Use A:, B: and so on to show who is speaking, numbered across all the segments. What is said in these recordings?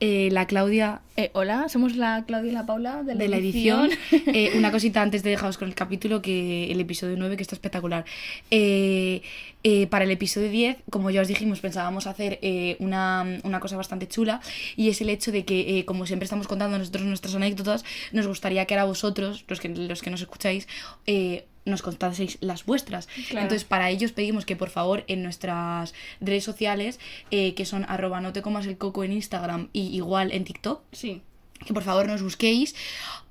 A: eh, la Claudia
B: Eh, hola, somos la Claudia y la Paula de la,
A: de la edición. Eh, una cosita antes de dejaros con el capítulo, que el episodio 9, que está espectacular. Eh, eh, para el episodio 10, como ya os dijimos, pensábamos hacer eh, una, una cosa bastante chula, y es el hecho de que, eh, como siempre estamos contando nosotros nuestras anécdotas, nos gustaría que ahora vosotros, los que, los que nos escucháis, eh, nos contaseis las vuestras.
B: Claro.
A: Entonces, para ellos pedimos que por favor en nuestras redes sociales, eh, que son arroba no te comas el coco en Instagram y igual en TikTok,
B: sí.
A: que por favor nos busquéis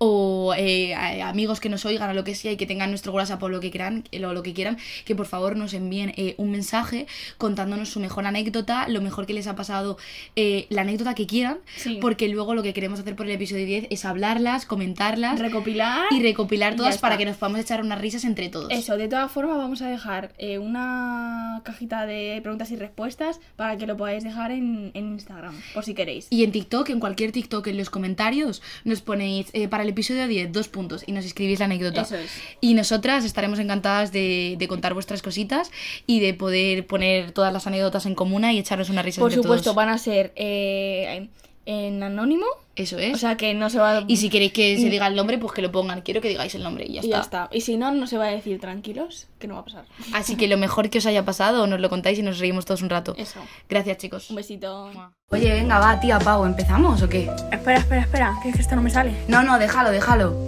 A: o eh, a- amigos que nos oigan o lo que sea y que tengan nuestro WhatsApp o lo que quieran, lo, lo que quieran que por favor nos envíen eh, un mensaje contándonos su mejor anécdota, lo mejor que les ha pasado, eh, la anécdota que quieran,
B: Sí.
A: porque luego lo que queremos hacer por el episodio 10 es hablarlas, comentarlas
B: Recopilar.
A: y recopilar
B: Y
A: todas
B: ya
A: para
B: está.
A: que nos podamos echar unas risas entre todos.
B: Eso, de todas formas vamos a dejar eh, una cajita de preguntas y respuestas para que lo podáis dejar en, en Instagram, por si queréis.
A: Y en TikTok, en cualquier TikTok, en los comentarios, nos ponéis eh, para el episodio 10 dos puntos y nos escribís la anécdota.
B: Eso es.
A: Y nosotras estaremos encantadas de, de contar vuestras cositas y de poder poner todas las anécdotas en comuna y echarnos una risa
B: Por
A: entre
B: supuesto,
A: todos.
B: van a ser eh, en anónimo,
A: Eso es.
B: o sea que no se va a...
A: y si queréis que se diga el nombre, pues que lo pongan. Quiero que digáis el nombre y ya,
B: y
A: está.
B: ya está. Y si no, no se va a decir tranquilos, que no va a pasar.
A: Así que lo mejor que os haya pasado, nos lo contáis y nos reímos todos un rato.
B: Eso.
A: Gracias, chicos.
B: Un besito.
A: Oye, venga, va, tía Pau, ¿empezamos o qué?
C: Espera, espera, espera, que es que esto no me sale.
A: No, no, déjalo, déjalo.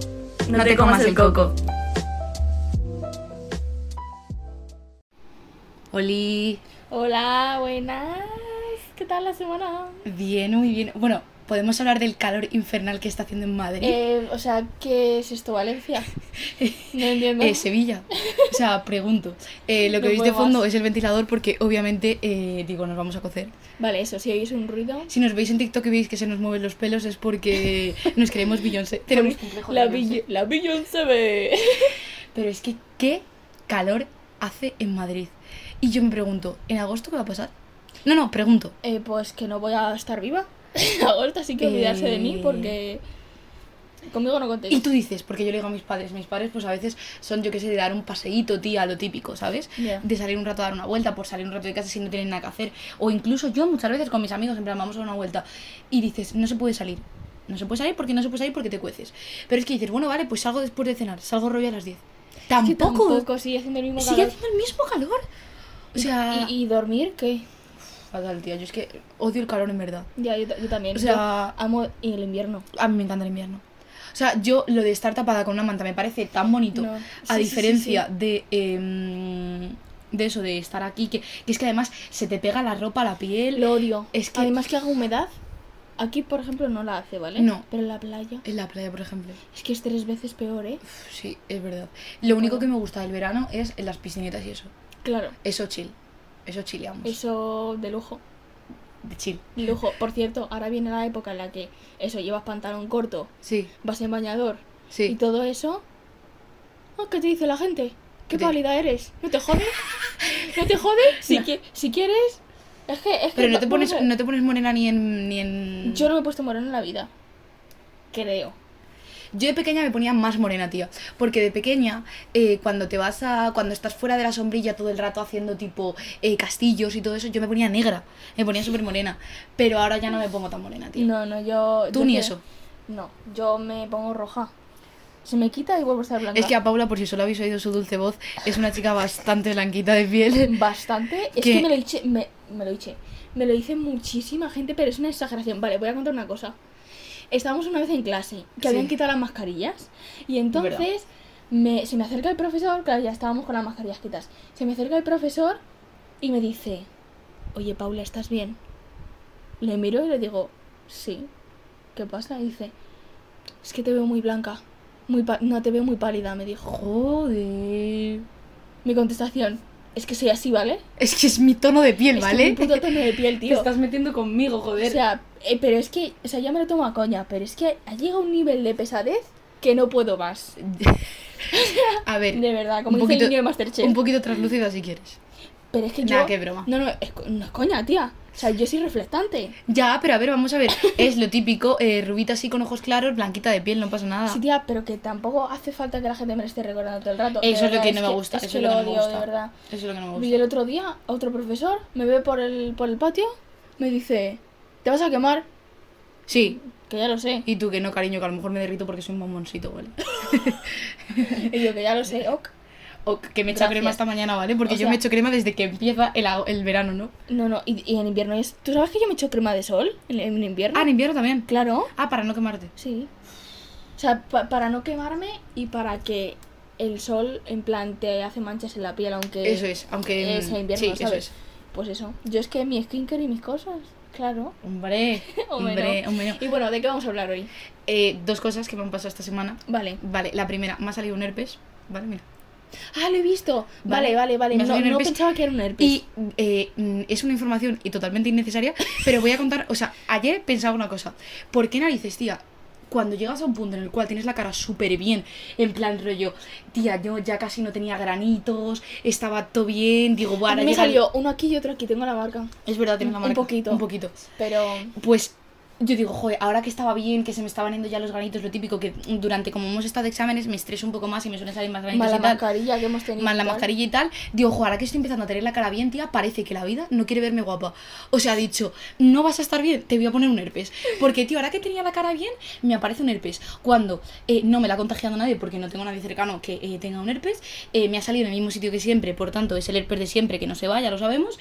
A: No, te, comas, el coco. Oli.
B: Hola, buenas. ¿Qué tal la semana?
A: Bien, muy bien. Bueno, podemos hablar del calor infernal que está haciendo en Madrid.
B: Eh, o sea, ¿qué es esto, Valencia? No entiendo.
A: Eh, Sevilla. O sea, pregunto. Eh, lo que
B: No
A: veis de
B: puedo
A: fondo
B: más.
A: es el ventilador porque obviamente, eh, digo, nos vamos a cocer.
B: Vale, eso, si oís un ruido.
A: Si nos veis en TikTok y veis que se nos mueven los pelos es porque nos creemos Beyoncé. Tenemos complejo de
B: La,
A: Beyoncé.
B: Bill- la se ve.
A: Pero es que, ¿qué calor hace en Madrid? Y yo me pregunto, ¿en agosto qué va a pasar? No, no, pregunto.
B: Eh, pues que no voy a estar viva. Agosto, así que olvidarse de mí
A: Eh.
B: porque conmigo no contéis.
A: Y tú dices, porque yo le digo a mis padres, mis padres pues a veces son, yo qué sé, de dar un paseíto, tía, lo típico, ¿sabes?
B: Ya.
A: De salir un rato a dar una vuelta, por salir un rato de casa si no tienen nada que hacer. O incluso yo muchas veces con mis amigos, en plan, vamos a dar una vuelta. Y dices, no se puede salir. No se puede salir porque no se puede salir porque te cueces. Pero es que dices, bueno, vale, pues salgo después de cenar, salgo rollo a las 10.
B: Es que
A: Tampoco.
B: tampoco sigue haciendo el mismo
A: Sigue Ah.
B: calor.
A: haciendo el mismo calor. O sea,
B: ¿Y, y dormir qué?
A: fatal, tía. Yo es que odio el calor en verdad.
B: Ya, yo, ta- yo también.
A: O sea-
B: Yo amo el invierno.
A: A mí me encanta el invierno. O sea, yo lo de estar tapada con una manta me parece tan bonito.
B: No.
A: A
B: Sí, sí, sí,
A: diferencia de. em, de eso, de estar aquí. Que, que es que además se te pega la ropa, a la piel.
B: Lo odio.
A: Es que-
B: Además que haga humedad. Aquí, por ejemplo, no la hace, ¿vale?
A: No.
B: Pero en la playa.
A: En la playa, por ejemplo.
B: Es que es tres veces peor, ¿eh?
A: Uf, sí, es verdad. Lo único que me gusta del verano es en las piscinetas y eso.
B: Claro.
A: Eso chill. Eso chileamos.
B: Eso de lujo.
A: De chill.
B: De lujo. Por cierto, ahora viene la época en la que eso, llevas pantalón corto,
A: Sí,
B: vas en bañador y
A: sí.
B: todo eso. Ah, ¿Qué te dice la gente? ¿Qué
A: ¿Qué?
B: pálida eres? ¿No te jode? ¿No te jode? Si,
A: No.
B: qui- si quieres. Es que. Es que
A: Pero no
B: va-
A: te
B: vamos
A: pones,
B: a ver.
A: no te pones morena ni en. Ni en...
B: Yo no me he puesto moreno en la vida. Creo.
A: Yo de pequeña me ponía más morena, tía. Porque de pequeña, eh, cuando te vas a. cuando estás fuera de la sombrilla todo el rato haciendo tipo eh, castillos y todo eso, yo me ponía negra. Me ponía súper morena. Pero ahora ya no me pongo tan morena, tía.
B: No, no, yo.
A: Tú
B: yo
A: ni
B: que-
A: eso.
B: No, yo me pongo roja. Se me quita y vuelvo a estar blanca.
A: Es que a Paula, por si solo habéis oído su dulce voz, es una chica bastante blanquita de piel.
B: Bastante. Es
A: Que-
B: que me lo hice. Me, me lo hice. Me lo hice muchísima gente, pero es una exageración. Vale, voy a contar una cosa. Estábamos una vez en clase que
A: Sí.
B: habían quitado las mascarillas. Y entonces me, se me acerca el profesor. Claro, ya estábamos con las mascarillas quitas. Se me acerca el profesor y me dice: Oye, Paula, ¿estás bien? Le miro y le digo: Sí. ¿Qué pasa? Y dice: Es que te veo muy blanca. Muy pa- no, te veo muy pálida, me dijo.
A: Joder.
B: Mi contestación: Es que soy así, ¿vale?
A: Es que es mi tono de piel,
B: Es que
A: ¿vale?
B: un puto tono de piel,
A: Te
B: tío.
A: estás metiendo conmigo,
B: O
A: joder.
B: sea, eh, pero es que, o sea, ya me lo tomo a coña, pero es que ha llegado un nivel de pesadez que no puedo más.
A: a ver.
B: De verdad,
A: un
B: como dice
A: poquito-
B: el niño de Masterchef.
A: Un poquito translúcida si quieres.
B: pero es que
A: Nah,
B: yo.
A: qué broma.
B: No, no, es, co- no es coña, tía. O sea, yo soy reflectante.
A: Ya, pero a ver, vamos a ver. Es lo típico, eh, rubita así con ojos claros, blanquita de piel, no pasa nada.
B: Sí, tía, pero que tampoco hace falta que la gente me lo esté recordando todo el rato. De
A: Eso es lo
B: verdad,
A: que no me
B: que-
A: gusta.
B: Es
A: Eso
B: que
A: es lo
B: lo
A: que no me
B: odio, de
A: gusta.
B: verdad.
A: Eso es lo que no me
B: Y
A: gusta.
B: el otro día, otro profesor me ve por el, por el patio, me dice, ¿te vas a quemar?
A: Sí.
B: Que ya lo sé.
A: Y tú que no, cariño, que a lo mejor me derrito porque soy un bomboncito, ¿vale?
B: Y yo que ya lo sé, ok.
A: O que me echa
B: Gracias.
A: crema esta mañana, ¿vale? Porque
B: O
A: yo
B: sea-
A: me echo crema desde que empieza el, ago- el verano, ¿no?
B: No, no, y, y en invierno es... ¿Tú sabes que yo me echo crema de sol en, en invierno?
A: Ah, en invierno también.
B: Claro,
A: Ah, para no quemarte.
B: sí. O sea, pa- para no quemarme y para que el sol, en plan, te hace manchas en la piel, aunque...
A: Eso es, aunque.
B: Eh, Es en invierno,
A: sí,
B: ¿sabes?
A: eso es.
B: Pues eso. Yo es que mi skincare y mis cosas, claro.
A: Hombre,
B: Hombre,
A: hombre,
B: no.
A: hombre. no.
B: Y bueno, ¿de qué vamos a hablar hoy?
A: Eh, dos cosas que me han pasado esta semana.
B: Vale.
A: Vale, la primera, me ha salido un herpes. Vale, mira.
B: Ah, lo he visto. Vale,
A: Vale.
B: vale, vale.
A: Me ha
B: No,
A: salido un
B: no
A: herpes.
B: pensaba que era un herpes.
A: Y eh, mm, es una información y totalmente innecesaria, pero voy a contar, o sea, ayer pensaba una cosa, ¿por qué narices, tía? Cuando llegas a un punto en el cual tienes la cara súper bien, en plan rollo, tía, yo ya casi no tenía granitos, estaba todo bien, digo,
B: A
A: bueno,
B: mí me salió uno aquí y otro aquí. Tengo la marca.
A: Es verdad, tienes la
B: un
A: marca.
B: poquito.
A: Un poquito.
B: Pero...
A: Pues yo digo, joder, ahora que estaba bien, que se me estaban yendo ya los granitos, lo típico que durante como hemos estado de exámenes me estreso un poco más y me suelen salir más granitos
B: Más la
A: y tal.
B: mascarilla que hemos tenido.
A: Más la
B: y tal.
A: mascarilla y tal, digo, ojo, ahora que estoy empezando a tener la cara bien, tía, parece que la vida no quiere verme guapa. O sea, ha dicho, no vas a estar bien, te voy a poner un herpes. Porque, tío, ahora que tenía la cara bien, me aparece un herpes. Cuando eh, no me la ha contagiado nadie, porque no tengo nadie cercano que eh, tenga un herpes, eh, me ha salido en el mismo sitio que siempre, por tanto, es el herpes de siempre, que no se va, ya lo sabemos.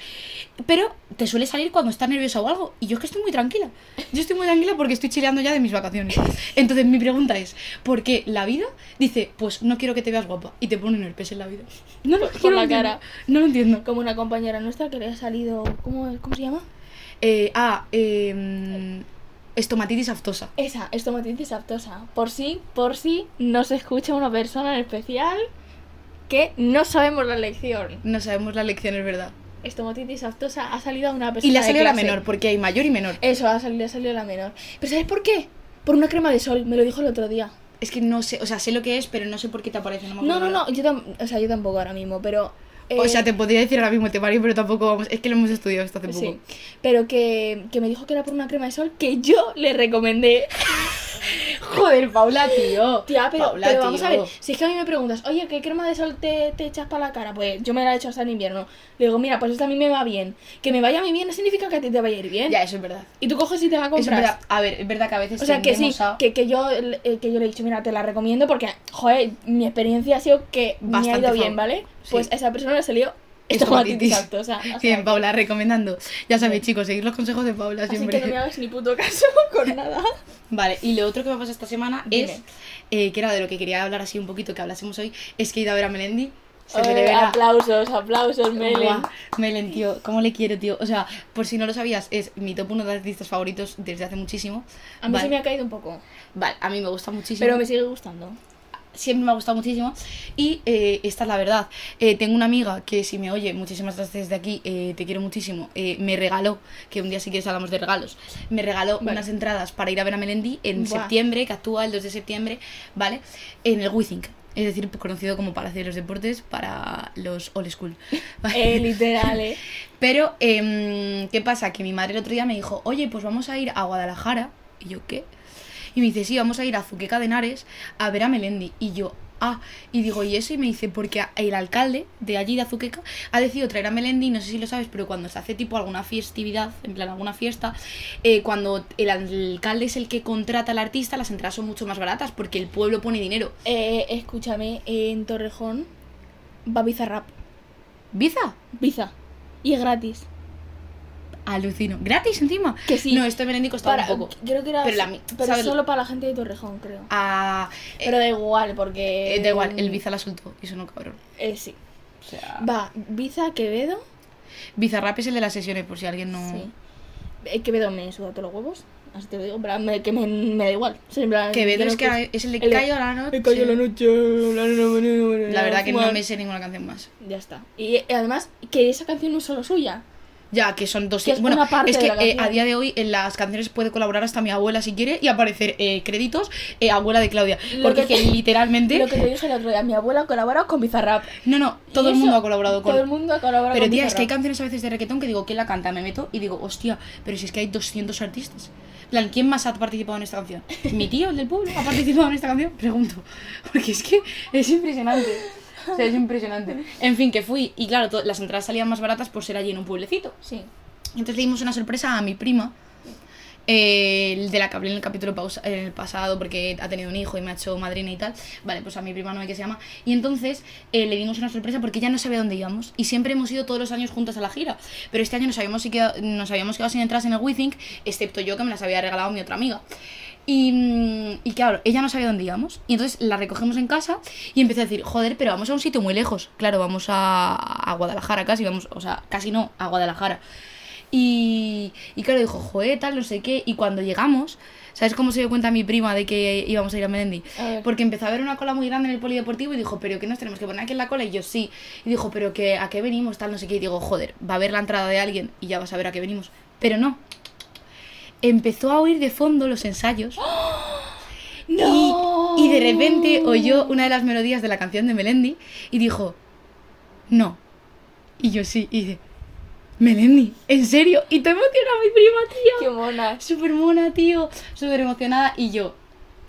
A: Pero te suele salir cuando estás nerviosa o algo. Y yo es que estoy muy tranquila. Yo estoy muy tranquila porque estoy chileando ya de mis vacaciones. Entonces, mi pregunta es: ¿por qué la vida dice, pues no quiero que te veas guapa? Y te pone un herpes en la vida. No lo,
B: Por-
A: yo
B: por
A: no
B: la
A: entiendo.
B: cara.
A: No lo entiendo.
B: Como una compañera nuestra que le ha salido... ¿Cómo, cómo se llama?
A: Eh, ah, eh, estomatitis aftosa.
B: Esa, estomatitis aftosa. Por si, por si no se escucha una persona en especial que no sabemos la lección.
A: No sabemos la lección, es verdad.
B: Estomatitis aftosa ha salido a una persona.
A: Y le ha
B: Pues de
A: salido la
B: clase.
A: menor, porque hay mayor y menor.
B: Eso, ha salido, le ha salido la menor. Pero ¿sabes por qué? Por una crema de sol, me lo dijo el otro día.
A: Es que no sé, o sea, sé lo que es, pero no sé por qué te aparece. No, me
B: No,
A: acuerdo
B: no,
A: ahora.
B: no, yo, tam- o sea, yo tampoco ahora mismo, pero.
A: O
B: eh, pues
A: sea, te podría decir ahora mismo, te parió, pero tampoco vamos. Es que lo hemos estudiado hasta hace poco.
B: Sí, pero que, que me dijo que era por una crema de sol que yo le recomendé.
A: Joder, Paula, tío.
B: Tía, pero,
A: Paula,
B: pero vamos
A: tío.
B: a ver, si es que a mí me preguntas, oye, ¿qué crema de sol te, te echas para la cara? Pues yo me la he hecho hasta en invierno. Le digo, mira, pues esta a mí me va bien. Que me vaya a mí bien no significa que a ti te vaya a ir bien.
A: Ya, eso es verdad.
B: Y tú coges y te la
A: Eso es
B: compras.
A: verdad. A ver, es verdad que a veces
B: O sea, que sí,
A: tendemos a-
B: que, que yo, eh, que yo le he dicho, mira, te la recomiendo porque, joder, mi experiencia ha sido que me ha
A: Bastante
B: ido
A: fav-
B: bien, ¿vale? Pues
A: sí.
B: a esa persona le salió
A: Estomatitis.
B: estomatitis aftosa. O sea,
A: Bien, Paula, recomendando. Ya sabéis,
B: Bien.
A: chicos, seguid los consejos de Paula
B: así
A: siempre.
B: que no me hagas ni puto caso con nada.
A: Vale, y lo otro que me ha pasado esta semana
B: Dime.
A: es, eh, que era de lo que quería hablar así un poquito, que hablásemos hoy, es que he ido a ver a Melendi. Se le
B: Oye,
A: ve la...
B: Eh, Aplausos, aplausos, Melen.
A: Guau, Melen, tío, ¿cómo le quiero, tío? O sea, por si no lo sabías, es mi top uno de artistas favoritos desde hace muchísimo.
B: A mí
A: vale.
B: se me ha caído un poco,
A: Vale, a mí me gusta muchísimo.
B: pero me sigue gustando.
A: siempre me ha gustado muchísimo y eh, esta es la verdad. Eh, tengo una amiga que si me oye, muchísimas gracias desde aquí, eh, te quiero muchísimo, eh, me regaló, que un día si quieres hablamos de regalos, me regaló
B: Vale.
A: unas entradas para ir a ver a Melendi en
B: Buah.
A: septiembre, que actúa el 2 de septiembre, ¿vale? En el Withink. Es decir, conocido como Palacio de los Deportes para los old school. ¿vale?
B: Eh, literal, eh.
A: Pero, em, ¿qué pasa? Que mi madre el otro día me dijo, oye, pues vamos a ir a Guadalajara. Y yo, ¿qué? Y me dice, sí, vamos a ir a Zuqueca de Henares a ver a Melendi. Y yo, ah, y digo, ¿y eso? Y me dice, porque a- el alcalde de allí, de Azuqueca, ha decidido traer a Melendi, no sé si lo sabes, pero cuando se hace tipo alguna festividad, en plan alguna fiesta, eh, cuando el alcalde es el que contrata al artista, las entradas son mucho más baratas porque el pueblo pone dinero.
B: Eh, Escúchame, en Torrejón va Bizarrap.
A: ¿Biza?
B: Biza. Y es gratis.
A: Alucino. ¿Gratis encima?
B: Que sí.
A: No, esto de Melendi costaba
B: Para,
A: un poco.
B: creo que era
A: Pero la mi-
B: pero
A: ¿sabes?
B: solo para la gente de Torrejón, creo.
A: Ah, eh,
B: Pero da igual, porque. mm,
A: Eh, da igual, el Biza la soltó y sonó cabrón.
B: Eh, sí.
A: O sea,
B: Va, Biza, Quevedo.
A: Bizarrap es el de las sesiones, por si alguien no.
B: Sí. Eh, Quevedo me suda todos los huevos. Así te lo digo. en plan, me- que me, me da igual. Sí, en plan,
A: Quevedo
B: yo no
A: es, que es el de
B: el de-
A: Cayo a la noche.
B: Me cayó la noche. La, la- la- la-
A: La verdad que no
B: fumar.
A: me sé ninguna canción más.
B: Ya está. Y eh, además, que esa canción no es solo suya.
A: Ya, que son dos.
B: Que es
A: bueno,
B: una parte
A: es
B: de
A: que
B: la
A: eh,
B: canción.
A: a día de hoy en las canciones puede colaborar hasta mi abuela si quiere y aparecer eh, créditos eh, abuela de Claudia.
B: Lo
A: Porque
B: que-
A: es que literalmente.
B: Lo que te dije el otro día, mi abuela colabora con Bizarrap.
A: No, no, todo
B: Y
A: el mundo
B: eso,
A: ha colaborado con.
B: Todo el mundo ha colaborado
A: Pero
B: con
A: tía, es que hay
B: Bizarrap.
A: canciones a veces de reggaetón que digo, ¿quién la canta? Me meto y digo, hostia, pero si es que hay 200 artistas. En plan, ¿quién más ha participado en esta canción? ¿Mi tío, el del pueblo, ha participado en esta canción? Pregunto. Porque es que es impresionante. O sea, es impresionante. En fin, que fui y claro, to- las entradas salían más baratas por ser allí en un pueblecito.
B: Sí.
A: Entonces le dimos una sorpresa a mi prima. eh, el de la que hablé en el capítulo pausa- en el pasado porque ha tenido un hijo y me ha hecho madrina y tal. Vale, pues a mi prima no hay que se llama. Y entonces eh, le dimos una sorpresa porque ella no sabía dónde íbamos. Y siempre hemos ido todos los años juntas a la gira. Pero este año nos habíamos, sí quedado- nos habíamos quedado sin entradas en el WeThink, excepto yo que me las había regalado mi otra amiga. Y, mm, y claro, ella no sabía dónde íbamos. Y entonces la recogemos en casa y empecé a decir, joder, pero vamos a un sitio muy lejos. Claro, vamos a, a Guadalajara casi, vamos, o sea, casi no, a Guadalajara. Y, y claro, dijo, joder, tal, no sé qué. Y cuando llegamos, ¿sabes cómo se dio cuenta mi prima de que íbamos a ir a Melendi?
B: A ver.
A: Porque empezó a haber una cola muy grande en el polideportivo y dijo, pero que nos tenemos que poner aquí en la cola. Y yo sí. Y dijo, pero que a qué venimos, tal, no sé qué. Y digo, joder, va a ver la entrada de alguien y ya vas a ver a qué venimos. Pero no. Empezó a oír de fondo los ensayos.
B: ¡No!
A: Y, y de repente oyó una de las melodías de la canción de Melendi y dijo, no. Y yo sí, y dice, Melendi, ¿en serio? Y te emociona mi prima,
B: ¡Qué
A: tío.
B: mona!
A: Súper mona, tío. Súper emocionada. Y yo,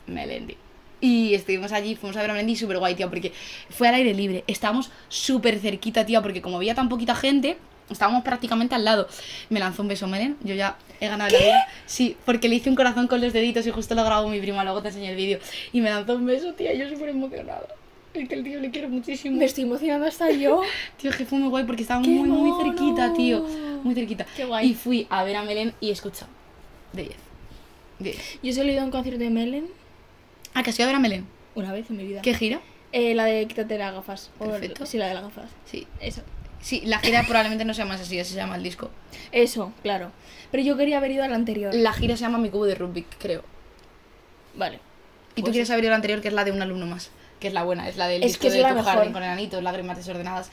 A: Melendi. Y estuvimos allí, fuimos a ver a Melendi, súper guay, tío, porque fue al aire libre. Estábamos súper cerquita, tío, porque como había tan poquita gente... Estábamos prácticamente al lado. Me lanzó un beso, Melen. Yo ya he ganado la vida. Sí, porque le hice un corazón con los deditos y justo lo grabó mi prima. Luego te enseñé el vídeo. Y me lanzó un beso, tía. y Yo súper emocionada. Es que el tío le quiero muchísimo.
B: Me estoy emocionando hasta yo.
A: Tío, es que fue muy guay porque estaba
B: ¡Qué
A: muy, muy
B: mono!
A: cerquita, tío. Muy cerquita.
B: Qué guay.
A: Y fui a ver a Melen y escucha. De 10. De 10.
B: Yo solo he ido a un concierto de Melen
A: Ah, que has ido a ver a Melen.
B: una vez en mi vida.
A: ¿Qué gira?
B: Eh, la de quítate las gafas. O el-
A: Perfecto.
B: sí, la de las gafas.
A: Sí.
B: Eso.
A: Sí, la gira probablemente no se llama así, así se llama el disco.
B: Eso, claro. Pero yo quería haber ido al anterior.
A: La gira se llama Mi Cubo de Rubik, creo.
B: Vale.
A: Y tú
B: Pues
A: quieres haber ido a la anterior, que es la de un alumno más. Que es la buena, es la del
B: Es
A: disco
B: que es
A: de
B: la
A: tu
B: mejor.
A: jardín con enanitos, lágrimas desordenadas.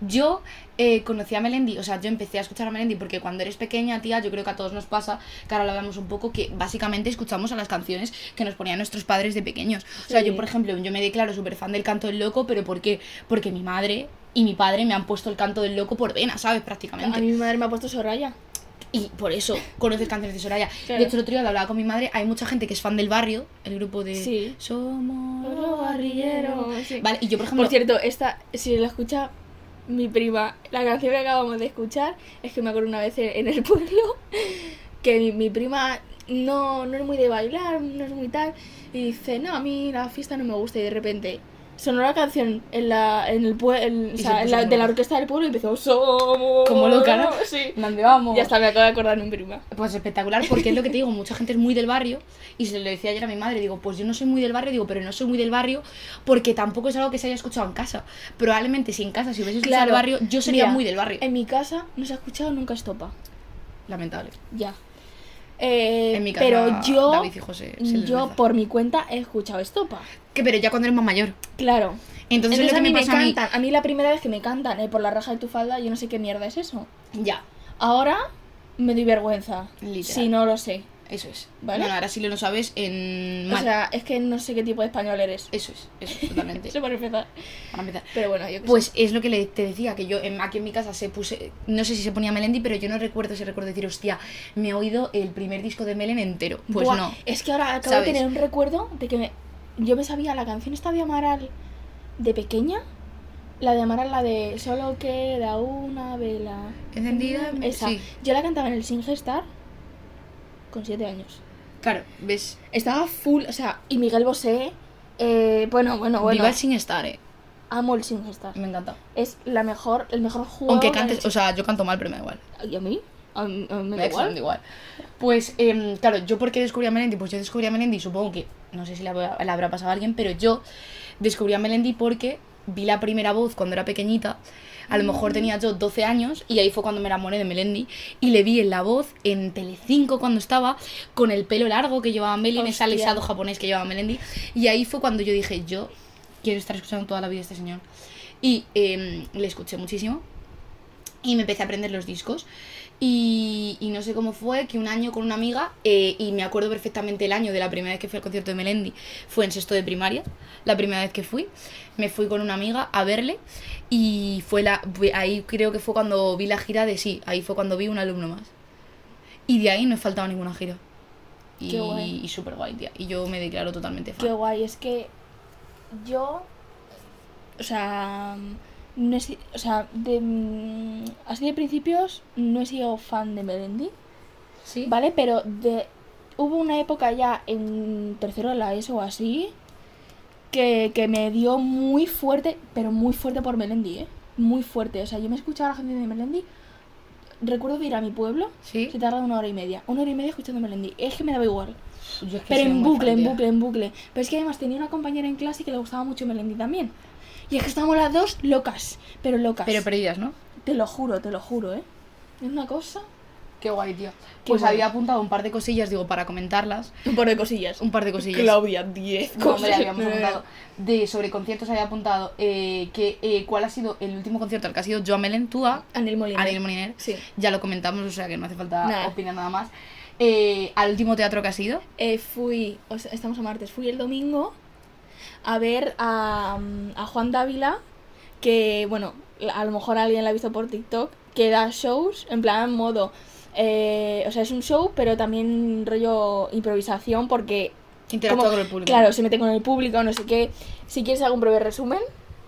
A: Yo eh, conocí a Melendi, o sea, yo empecé a escuchar a Melendi porque cuando eres pequeña, tía, yo creo que a todos nos pasa, que ahora lo hablamos un poco, que básicamente escuchamos a las canciones que nos ponían nuestros padres de pequeños. O sea,
B: Sí.
A: yo, por ejemplo, yo me declaro súper fan del canto del loco, pero ¿por qué? Porque mi madre y mi padre me han puesto el canto del loco por vena, ¿sabes? Prácticamente.
B: A mí mi madre me ha puesto Soraya.
A: Y por eso conoces canciones de Soraya.
B: Claro.
A: De hecho, el otro día lo hablaba con mi madre. Hay mucha gente que es fan del barrio, el grupo de
B: Sí.
A: Somos
B: Los Barrieros, sí.
A: Vale, y yo, por ejemplo,
B: Por cierto, esta, si la escucha mi prima, la canción que acabamos de escuchar, es que me acuerdo una vez en el pueblo que mi, mi prima no, no es muy de bailar, no es muy tal, y dice, no, a mí la fiesta no me gusta, y de repente sonó la canción en la, en el pue- en- o
A: Y se
B: sea, en
A: puso
B: la-
A: como
B: de la
A: loca.
B: orquesta del pueblo y empezó, somos...
A: Como loca, ¿no?
B: Sí.
A: ¿dónde vamos?
B: Ya está, me acabo de acordar de mi prima.
A: Pues espectacular, porque es lo que te digo, mucha gente es muy del barrio y se lo decía ayer a mi madre, digo, pues yo no soy muy del barrio, digo, pero no soy muy del barrio porque tampoco es algo que se haya escuchado en casa. Probablemente si en casa, si hubiese escuchado el barrio, yo sería
B: Mira,
A: muy del barrio.
B: En mi casa no se ha escuchado nunca estopa.
A: Lamentable.
B: Ya. Eh,
A: En mi casa,
B: pero yo,
A: David y José se les
B: yo
A: reza.
B: por mi cuenta he escuchado estopa.
A: Que, pero ya cuando eres más mayor.
B: Claro.
A: Entonces, es lo que
B: a mí
A: me
B: me
A: pasa a mí.
B: cantan. A mí la primera vez que me cantan eh, por la raja de tu falda, yo no sé qué mierda es eso.
A: Ya,
B: Ahora me doy vergüenza.
A: Literal.
B: Si no lo sé.
A: Eso es.
B: ¿Vale?
A: Bueno, ahora sí lo no sabes en
B: O
A: mal.
B: sea, es que no sé qué tipo de español eres.
A: eso es, eso es totalmente.
B: Eso para empezar.
A: Para empezar.
B: Pero bueno, yo qué sé.
A: Pues es lo que le- te decía, que yo en- aquí en mi casa se puse, no sé si se ponía Melendi, pero yo no recuerdo ese recuerdo de decir, hostia, me he oído el primer disco de Melen entero. Pues
B: Buah,
A: no.
B: Es que ahora acabo
A: ¿Sabes?
B: de tener un recuerdo de que me- yo me sabía la canción esta de Amaral de pequeña. La de Amaral, la de Solo queda una vela.
A: Encendida,
B: Esa.
A: sí.
B: Yo la cantaba en el Singestar con 7 años.
A: Claro, ves,
B: Estaba full, o sea, y Miguel Bosé. eh, bueno, bueno, bueno.
A: viva el sin estar, eh.
B: Amo el Singestar.
A: Me encanta.
B: Es la mejor, el mejor juego.
A: Aunque
B: que han
A: cantes,
B: hecho.
A: o sea, yo canto mal, pero me da igual.
B: ¿Y a mí? A mí- a mí me da
A: Exactamente
B: igual.
A: Pues, em, claro, yo porque descubrí a Melendi, pues yo descubrí a Melendi, supongo que, no sé si la, la habrá pasado a alguien, pero yo descubrí a Melendi porque vi la primera voz cuando era pequeñita, a lo
B: Mm.
A: mejor tenía yo 12 años y ahí fue cuando me enamoré de Melendi y le vi en la voz en Telecinco cuando estaba con el pelo largo que llevaba Melendi, ese
B: Hostia.
A: alisado japonés que llevaba Melendi y ahí fue cuando yo dije, yo quiero estar escuchando toda la vida a este señor y em, le escuché muchísimo y me empecé a aprender los discos. Y, y no sé cómo fue que un año con una amiga, eh, y me acuerdo perfectamente el año de la primera vez que fui al concierto de Melendi, fue en sexto de primaria, la primera vez que fui. Me fui con una amiga a verle y fue la fue- ahí creo que fue cuando vi la gira de sí, ahí fue cuando vi un alumno más. Y de ahí no he faltado a ninguna gira. Y,
B: Qué guay.
A: y súper guay, tía. Y yo me declaro totalmente fan.
B: Qué guay, es que yo, o sea, no he si- o sea, de, mm, así de principios no he sido fan de Melendi,
A: ¿Sí?
B: ¿vale? Pero de hubo una época ya en tercero de la ESO o así que, que me dio muy fuerte, pero muy fuerte por Melendi, ¿eh? Muy fuerte. O sea, yo me escuchaba a la gente de Melendi. Recuerdo de ir a mi pueblo,
A: Sí.
B: se tarda una hora y media. Una hora y media escuchando Melendi. Es que me daba igual.
A: Yo es que
B: Pero
A: soy
B: en
A: muy
B: bucle, en
A: fantía.
B: bucle, en bucle. Pero es que además tenía una compañera en clase que le gustaba mucho Melendi también. Y es que estábamos las dos locas, pero locas.
A: Pero perdidas, ¿no?
B: Te lo juro, te lo juro, ¿eh? Es una cosa.
A: Qué guay, tío.
B: Qué
A: Pues
B: guay.
A: había apuntado un par de cosillas, digo, para comentarlas.
B: Un par de cosillas.
A: Un par de cosillas.
B: Claudia, 10
A: Pues No, hombre, habíamos apuntado. De, sobre conciertos había apuntado eh, que, eh, cuál ha sido el último concierto al que ha sido Joan Melen, tú a
B: Anel Molina.
A: Ariel Moliner.
B: Sí.
A: Ya lo comentamos, o sea que no hace falta
B: Nada.
A: opinar nada más. Eh, al último teatro que ha sido.
B: Eh, fui, o sea, estamos a martes, fui el domingo a ver a, mm, a Juan Dávila, que bueno, la- a lo mejor alguien la ha visto por TikTok, que da shows en plan modo, eh, o sea, es un show, pero también rollo improvisación porque...
A: Interactúa
B: como-
A: con el público.
B: Claro, se mete con el público, no sé qué. Si quieres hago un breve resumen.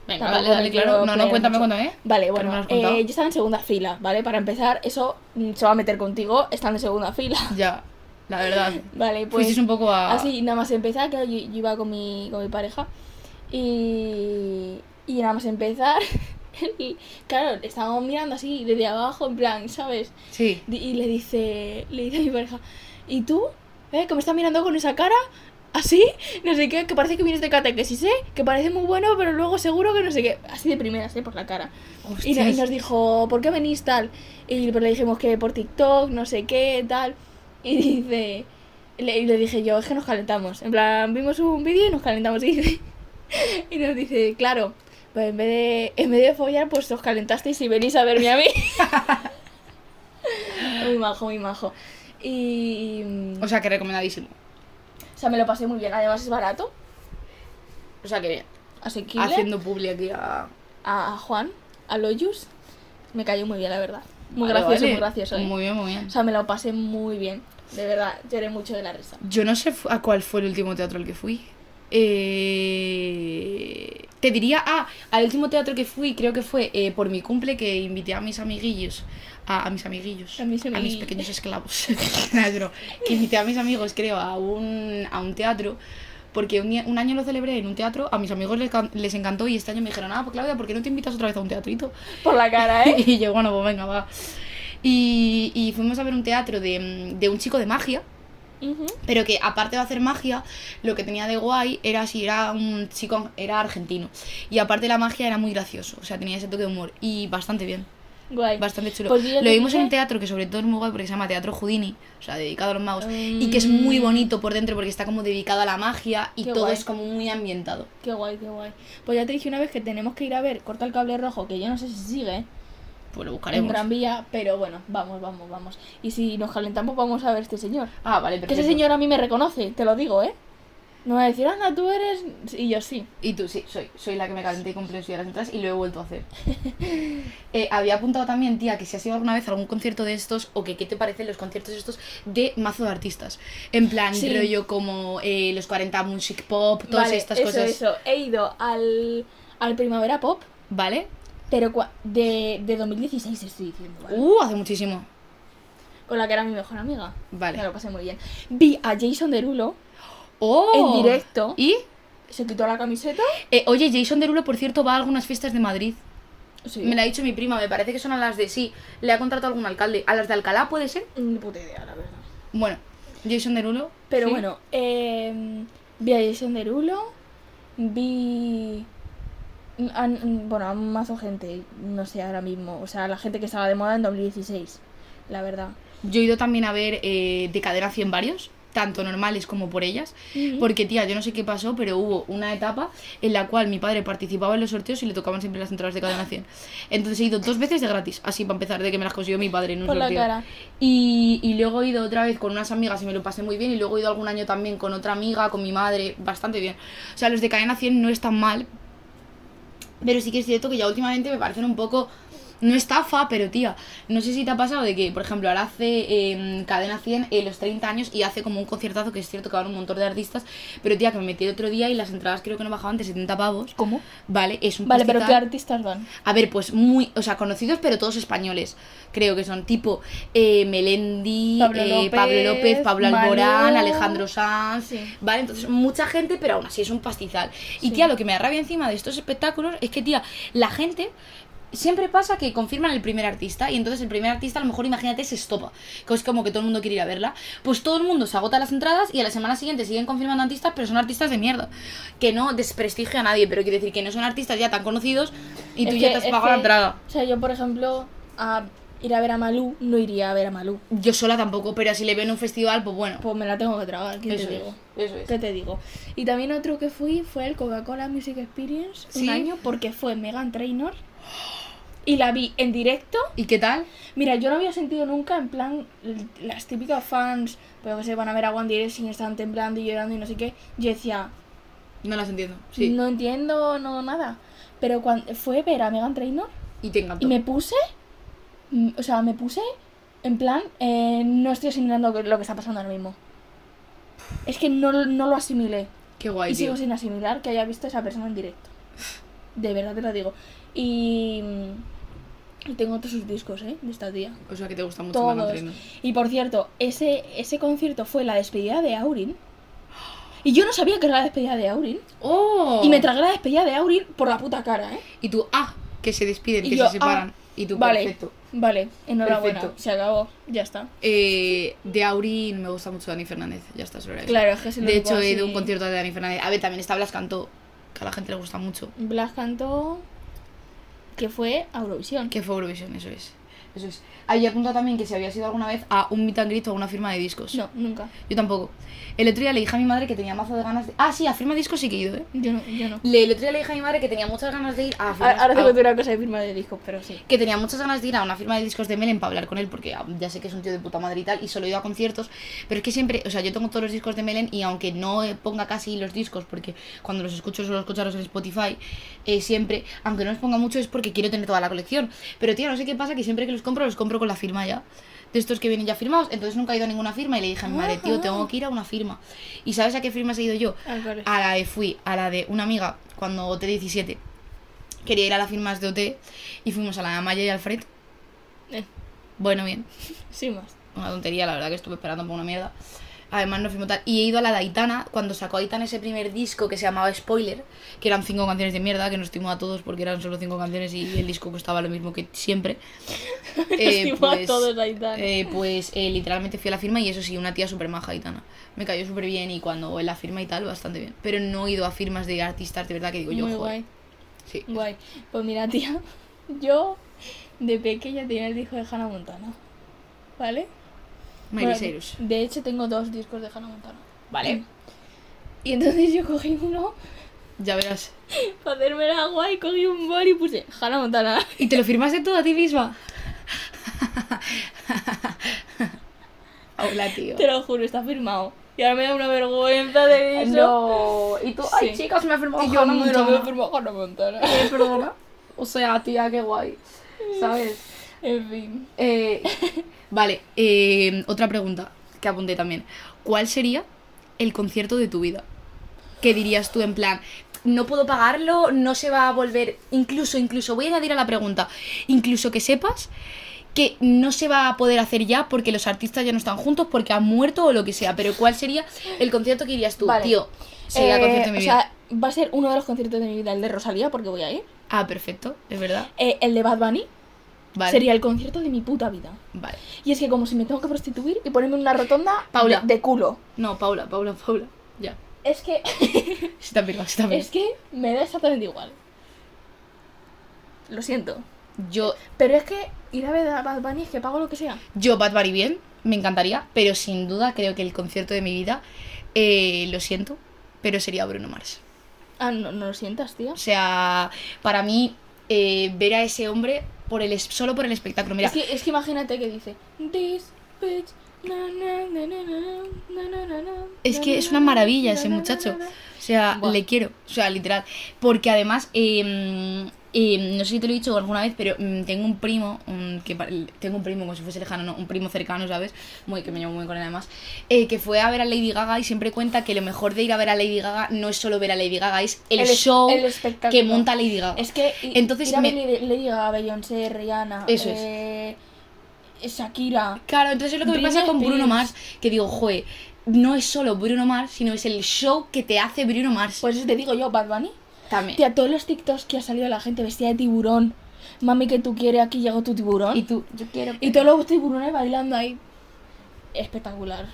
A: Venga,
B: Tampoco
A: vale, dale,
B: me
A: claro.
B: quiero
A: No, no,
B: pelear
A: cuéntame,
B: mucho.
A: cuéntame.
B: Vale,
A: Pero me lo
B: bueno,
A: has contado.
B: eh, yo estaba en segunda fila, ¿vale? Para empezar, eso mm, se va a meter contigo, está en segunda fila.
A: Ya, la verdad.
B: Vale, pues...
A: Fuisteis un poco a.
B: Así, nada más empezar, claro, yo, yo iba con mi, con mi pareja y, y nada más empezar, y, claro, estábamos mirando así desde abajo, en plan, ¿sabes?
A: Sí.
B: Di- Y le dice, le dice a mi pareja, ¿y tú? ¿Eh? ¿Que me estás mirando con esa cara? ¿Así? No sé qué, que parece que vienes de catequesis, ¿eh? Que parece muy bueno, pero luego seguro que no sé qué. Así de primeras, ¿eh? Por la cara. Y, no- y
A: Hostias.
B: nos dijo, ¿por qué venís tal? Y pero le dijimos que por TikTok, no sé qué, tal. Y dice, le, y le dije yo, es que nos calentamos. En plan, vimos un vídeo y nos calentamos. Y, dice- y nos dice, claro, pues en vez, de, en vez de follar, pues os calentasteis y venís a verme a mí. muy majo, muy majo. Y. mm,
A: O sea que recomendadísimo.
B: o sea, me lo pasé muy bien. Además es barato.
A: O sea que bien.
B: Asequible.
A: Haciendo publi aquí a.
B: A, a Juan, a Loyus. Me cayó muy bien, la verdad. Muy
A: Vale,
B: gracioso,
A: vale.
B: muy gracioso. ¿eh?
A: Muy bien, muy bien.
B: O sea, me lo pasé muy bien. De verdad, lloré mucho de la risa.
A: Yo no sé fu- a cuál fue el último teatro al que fui. Eh, te diría, ah, al último teatro que fui, creo que fue eh, por mi cumple que invité a mis amiguillos. A, a mis amiguillos.
B: A mis amiguillos.
A: pequeños esclavos. Nada, es broma. que invité a mis amigos, creo, a un, a un teatro. Porque un, día- un año lo celebré en un teatro, a mis amigos les, can- les encantó y este año me dijeron, ah, pues Claudia, ¿por qué no te invitas otra vez a un teatrito?
B: Por la cara, ¿eh?
A: Y yo, bueno, pues venga, va. Y, y fuimos a ver un teatro de, mm, de un chico de magia,
B: Ujú.
A: pero que aparte de hacer magia, lo que tenía de guay era si era un chico, era argentino. Y aparte de la magia era muy gracioso, o sea, tenía ese toque de humor y bastante bien,
B: Guay.
A: bastante chulo.
B: Pues yo ya
A: lo
B: te
A: vimos en
B: dije-
A: un teatro que sobre todo es muy guay porque se llama Teatro Houdini, o sea, dedicado a los magos, y
B: Mm.
A: que es muy bonito por dentro porque está como dedicado a la magia y
B: Qué
A: todo
B: guay.
A: es como muy ambientado.
B: Qué guay, qué guay. Pues ya te dije una vez que tenemos que ir a ver Corta el cable rojo, que yo no sé si sigue ¿eh?
A: Pues lo
B: en
A: buscaremos.
B: tranvía, pero bueno, vamos, vamos, vamos. Y si nos calentamos, vamos a ver este señor.
A: Ah, vale, perfecto.
B: Que ese señor a mí me reconoce, te lo digo, ¿eh? No me va a decir, anda, tú eres. Y yo sí.
A: Y tú, sí, soy, soy la que me calenté y compré el suyo a las entradas y lo he vuelto a hacer. Eh, había apuntado también, tía, que si has ido alguna vez a algún concierto de estos o que qué te parecen los conciertos estos de mazo de artistas. En plan,
B: Sí.
A: rollo como eh, los 40 Music Pop, todas
B: Vale,
A: estas
B: eso,
A: cosas.
B: Eso, he ido al, al Primavera Pop,
A: ¿Vale?
B: pero cua- de, de 2016 estoy diciendo, ¿vale?
A: Uh, hace muchísimo.
B: Con la que era mi mejor amiga.
A: Vale.
B: Me lo pasé muy bien. Vi a Jason Derulo,
A: ¡Oh!
B: En directo.
A: Y,
B: se quitó la camiseta.
A: eh, oye, Jason Derulo, por cierto, va a algunas fiestas de Madrid.
B: Sí.
A: Me la ha dicho mi prima, me parece que son a las de sí. Le ha contratado algún alcalde. ¿A las de Alcalá puede ser?
B: Ni puta idea, la verdad.
A: Bueno, Jason Derulo.
B: Pero
A: sí.
B: bueno, eh, vi a Jason Derulo, vi. a- bueno, a mazo gente, no sé ahora mismo. O sea, la gente que estaba de moda en 2016, la verdad.
A: Yo he ido también a ver eh, de cadena 100 varios, tanto normales como por ellas,
B: Ujú.
A: porque tía, yo no sé qué pasó, pero hubo una etapa en la cual mi padre participaba en los sorteos y le tocaban siempre las entradas de cadena 100. Entonces he ido dos veces de gratis, así para empezar, de que me las consiguió mi padre en un
B: Por la
A: sorteo.
B: cara.
A: Y, y luego he ido otra vez con unas amigas y me lo pasé muy bien, y luego he ido algún año también con otra amiga, con mi madre, bastante bien. O sea, los de cadena 100 no están mal, pero sí que es cierto que ya últimamente me parecen un poco No estafa, pero tía, no sé si te ha pasado de que, por ejemplo, ahora hace eh, Cadena 100 eh, los 30 años y hace como un conciertazo que es cierto que van un montón de artistas, pero tía, que me metí el otro día y las entradas creo que no bajaban de 70 pavos.
B: ¿Cómo?
A: Vale, es un
B: Vale, pero ¿qué
A: pastizal.
B: artistas van?
A: A ver, pues muy, o sea, conocidos, pero todos españoles. Creo que son tipo eh, Melendi, eh,
B: Pablo
A: Pablo,
B: López,
A: López, Pablo
B: Malú.
A: Alborán, Alejandro Sanz.
B: Sí.
A: Vale, entonces mucha gente, pero aún así es un pastizal. Y
B: Sí.
A: tía, lo que me da rabia encima de estos espectáculos es que, tía, la gente. Siempre pasa que confirman el primer artista y entonces el primer artista a lo mejor imagínate se estopa, que es como que todo el mundo quiere ir a verla, pues todo el mundo se agota las entradas y a la semana siguiente siguen confirmando artistas, pero son artistas de mierda, que no desprestigio a nadie, pero quiere decir que no son artistas ya tan conocidos y tú
B: Es
A: ya
B: que-
A: te has
B: es
A: pagado la
B: que,
A: entrada.
B: O sea, yo, por ejemplo, a ir a ver a Malú, no iría a ver a Malú.
A: Yo sola tampoco, pero si le veo en un festival, pues bueno.
B: Pues me la tengo que tragar, ¿qué
A: eso
B: te
A: es,
B: digo?
A: eso es.
B: ¿Qué te digo? Y también otro que fui fue el Coca-Cola Music Experience
A: Sí.
B: un año porque fue Megan Trainor y la vi en directo.
A: ¿Y qué tal?
B: Mira, yo no había sentido nunca en plan l- las típicas fans, pues, pero que se van a ver a One Direction y están temblando y llorando y no sé qué. Yo decía,
A: No las entiendo. Sí.
B: no entiendo no nada. Pero cuando fue ver a Megan Trainor
A: Y te
B: y
A: encantó.
B: me puse, mm, o sea, me puse en plan, eh, no estoy asimilando lo que está pasando ahora mismo. Es que no, no lo asimilé.
A: Qué guay,
B: Y
A: tío.
B: sigo sin asimilar que haya visto a esa persona en directo. De verdad te lo digo. Y. mm, y tengo todos sus discos, ¿eh? De esta tía.
A: O sea, que te gusta mucho Megan
B: Todos.
A: Trainor.
B: Y por cierto, ese, ese concierto fue la despedida de Aurin. Y yo no sabía que era la despedida de Aurin.
A: ¡Oh!
B: Y me tragué la despedida de Aurin por la puta cara, ¿eh?
A: Y tú, ah, que se despiden,
B: Y
A: que
B: yo,
A: se separan.
B: ah,
A: y tú,
B: vale,
A: perfecto.
B: Vale, enhorabuena.
A: Perfecto.
B: Se acabó, ya está.
A: Eh, de Aurin me gusta mucho Dani Fernández. Ya está, sobre eso.
B: Claro, es que es el
A: De
B: único
A: hecho, he ido a
B: así-
A: un concierto de Dani Fernández. A ver, también está Blas Cantó, que a la gente le gusta mucho.
B: Blas cantó. que fue a Eurovisión.
A: Que fue Eurovision, eso es. Eso es. Había apuntado también que si había sido alguna vez a un meet and greet o a una firma de discos.
B: No, nunca.
A: Yo tampoco. El otro día le dije a mi madre que tenía mazo de ganas de. Ah, sí, a firma discos sí que he ido, ¿eh?
B: Yo no. Yo no.
A: Le- el otro día le dije a mi madre que tenía muchas ganas de ir a.
B: A-
A: firmas-
B: Ahora
A: a-
B: tengo que una cosa de firma de discos, pero sí.
A: que tenía muchas ganas de ir a una firma de discos de Melen para hablar con él, porque ah, ya sé que es un tío de puta madre y tal, y solo he ido a conciertos, pero es que siempre, o sea, yo tengo todos los discos de Melen y aunque no eh, ponga casi los discos, porque cuando los escucho solo escucharlos en Spotify, eh, siempre, aunque no los ponga mucho es porque quiero tener toda la colección, pero tío, no sé qué pasa, que siempre que los compro, los compro con la firma ya. De estos que vienen ya firmados, entonces nunca he ido a ninguna firma y le dije a mi madre, tío, tengo que ir a una firma. ¿Y sabes a qué firma he ido yo?
B: ¿A cuál es?
A: A la de fui, a la de una amiga, cuando OT 17. Quería ir a las firmas de OT y fuimos a la de Amaya y Alfred.
B: Eh,
A: Bueno, bien.
B: sin más.
A: Una tontería, la verdad que estuve esperando por una mierda. Además no fuimos tal. Y he ido a la de Aitana, cuando sacó Aitana ese primer disco que se llamaba Spoiler, que eran cinco canciones de mierda, que nos timó a todos porque eran solo cinco canciones y el disco costaba lo mismo que siempre. pues,
B: timó a todos, Aitana.
A: eh, pues eh, literalmente fui a la firma y eso sí, una tía súper maja Aitana. Me cayó súper bien y cuando en la firma y tal, bastante bien. Pero no he ido a firmas de artistas, de verdad que digo yo,
B: Muy
A: joder.
B: guay.
A: Sí.
B: Guay. Pues mira, tía, yo de pequeña tenía el disco de Hannah Montana. ¿Vale?
A: Miley
B: Bueno,
A: Cyrus. Mm.
B: De hecho, tengo dos discos de Hannah Montana.
A: Vale,
B: Y entonces yo cogí uno,
A: ya verás.
B: para hacerme la guay, cogí un bol y puse Hannah Montana.
A: ¿Y te lo firmaste todo a ti misma? Hola, tío.
B: Te lo juro, está firmado. Y ahora me da una vergüenza de eso.
A: No, y tú,
B: Sí.
A: ay, chicas, me ha firmado
B: Y yo
A: Hannah
B: no me
A: Montana.
B: firmó Hannah Montana.
A: Eh, perdona. O sea, tía, qué guay. ¿Sabes?
B: En fin.
A: Eh, vale, eh, otra pregunta que apunté también. ¿Cuál sería el concierto de tu vida? ¿Qué dirías tú en plan? No puedo pagarlo, no se va a volver. Incluso, incluso, voy a añadir a la pregunta. Incluso que sepas que no se va a poder hacer ya porque los artistas ya no están juntos, porque han muerto o lo que sea. Pero ¿cuál sería el concierto que irías tú,
B: Vale.
A: tío? Sería el concierto de mi
B: Eh,
A: vida.
B: O sea, va a ser uno de los conciertos de mi vida, el de Rosalía, porque voy a ir.
A: Ah, perfecto, es verdad.
B: Eh, el de Bad Bunny
A: Vale.
B: sería el concierto de mi puta vida.
A: Vale.
B: Y es que como si me tengo que prostituir y ponerme en una rotonda
A: Paula.
B: de, de culo.
A: No, Paula, Paula, Paula. Ya.
B: Es que,
A: Sí, también, sí, también.
B: es que me da exactamente igual. Lo siento.
A: Yo
B: Pero es que ir a ver a Bad Bunny es que pago lo que sea.
A: Yo, Bad Bunny bien, me encantaría, pero sin duda creo que el concierto de mi vida, eh, lo siento, pero sería Bruno Mars.
B: Ah, no, no lo sientas, tío.
A: O sea, para mí, eh, ver a ese hombre por el es- solo por el espectáculo. Mira,
B: Es que, es que imagínate que dice This bitch na, na, na, na, na, na, na, na,
A: es,
B: na,
A: que es
B: na,
A: una maravilla
B: na,
A: ese
B: na, na,
A: muchacho.
B: na, na.
A: O sea,
B: Buah.
A: le quiero, o sea, literal. Porque además, eh, eh, no sé si te lo he dicho alguna vez, pero mm, tengo un primo, un- que pa- tengo un primo como si fuese lejano, no, un primo cercano, ¿sabes? Muy, que me llevo muy bien con él además, eh, que fue a ver a Lady Gaga y siempre cuenta que lo mejor de ir a ver a Lady Gaga no es solo ver a Lady Gaga, es el,
B: El es-
A: show
B: el espectáculo.
A: que monta Lady Gaga.
B: Es que i-
A: Entonces
B: ir a
A: me-
B: ver Lady Gaga, Beyoncé, Rihanna,
A: Eso es.
B: eh, Shakira.
A: Claro, entonces es lo que me
B: Britney
A: pasa con Bruno
B: Spears.
A: Mars, que digo, joe, no es solo Bruno Mars, sino es el show que te hace Bruno Mars.
B: Por Pues eso te digo yo, Bad Bunny.
A: también.
B: Tía, todos los TikToks que ha salido la gente vestida de tiburón. Mami, que tú quieres, aquí llegó tu tiburón.
A: Y
B: Y,
A: tú, yo quiero.
B: todos los tiburones bailando ahí. Espectacular.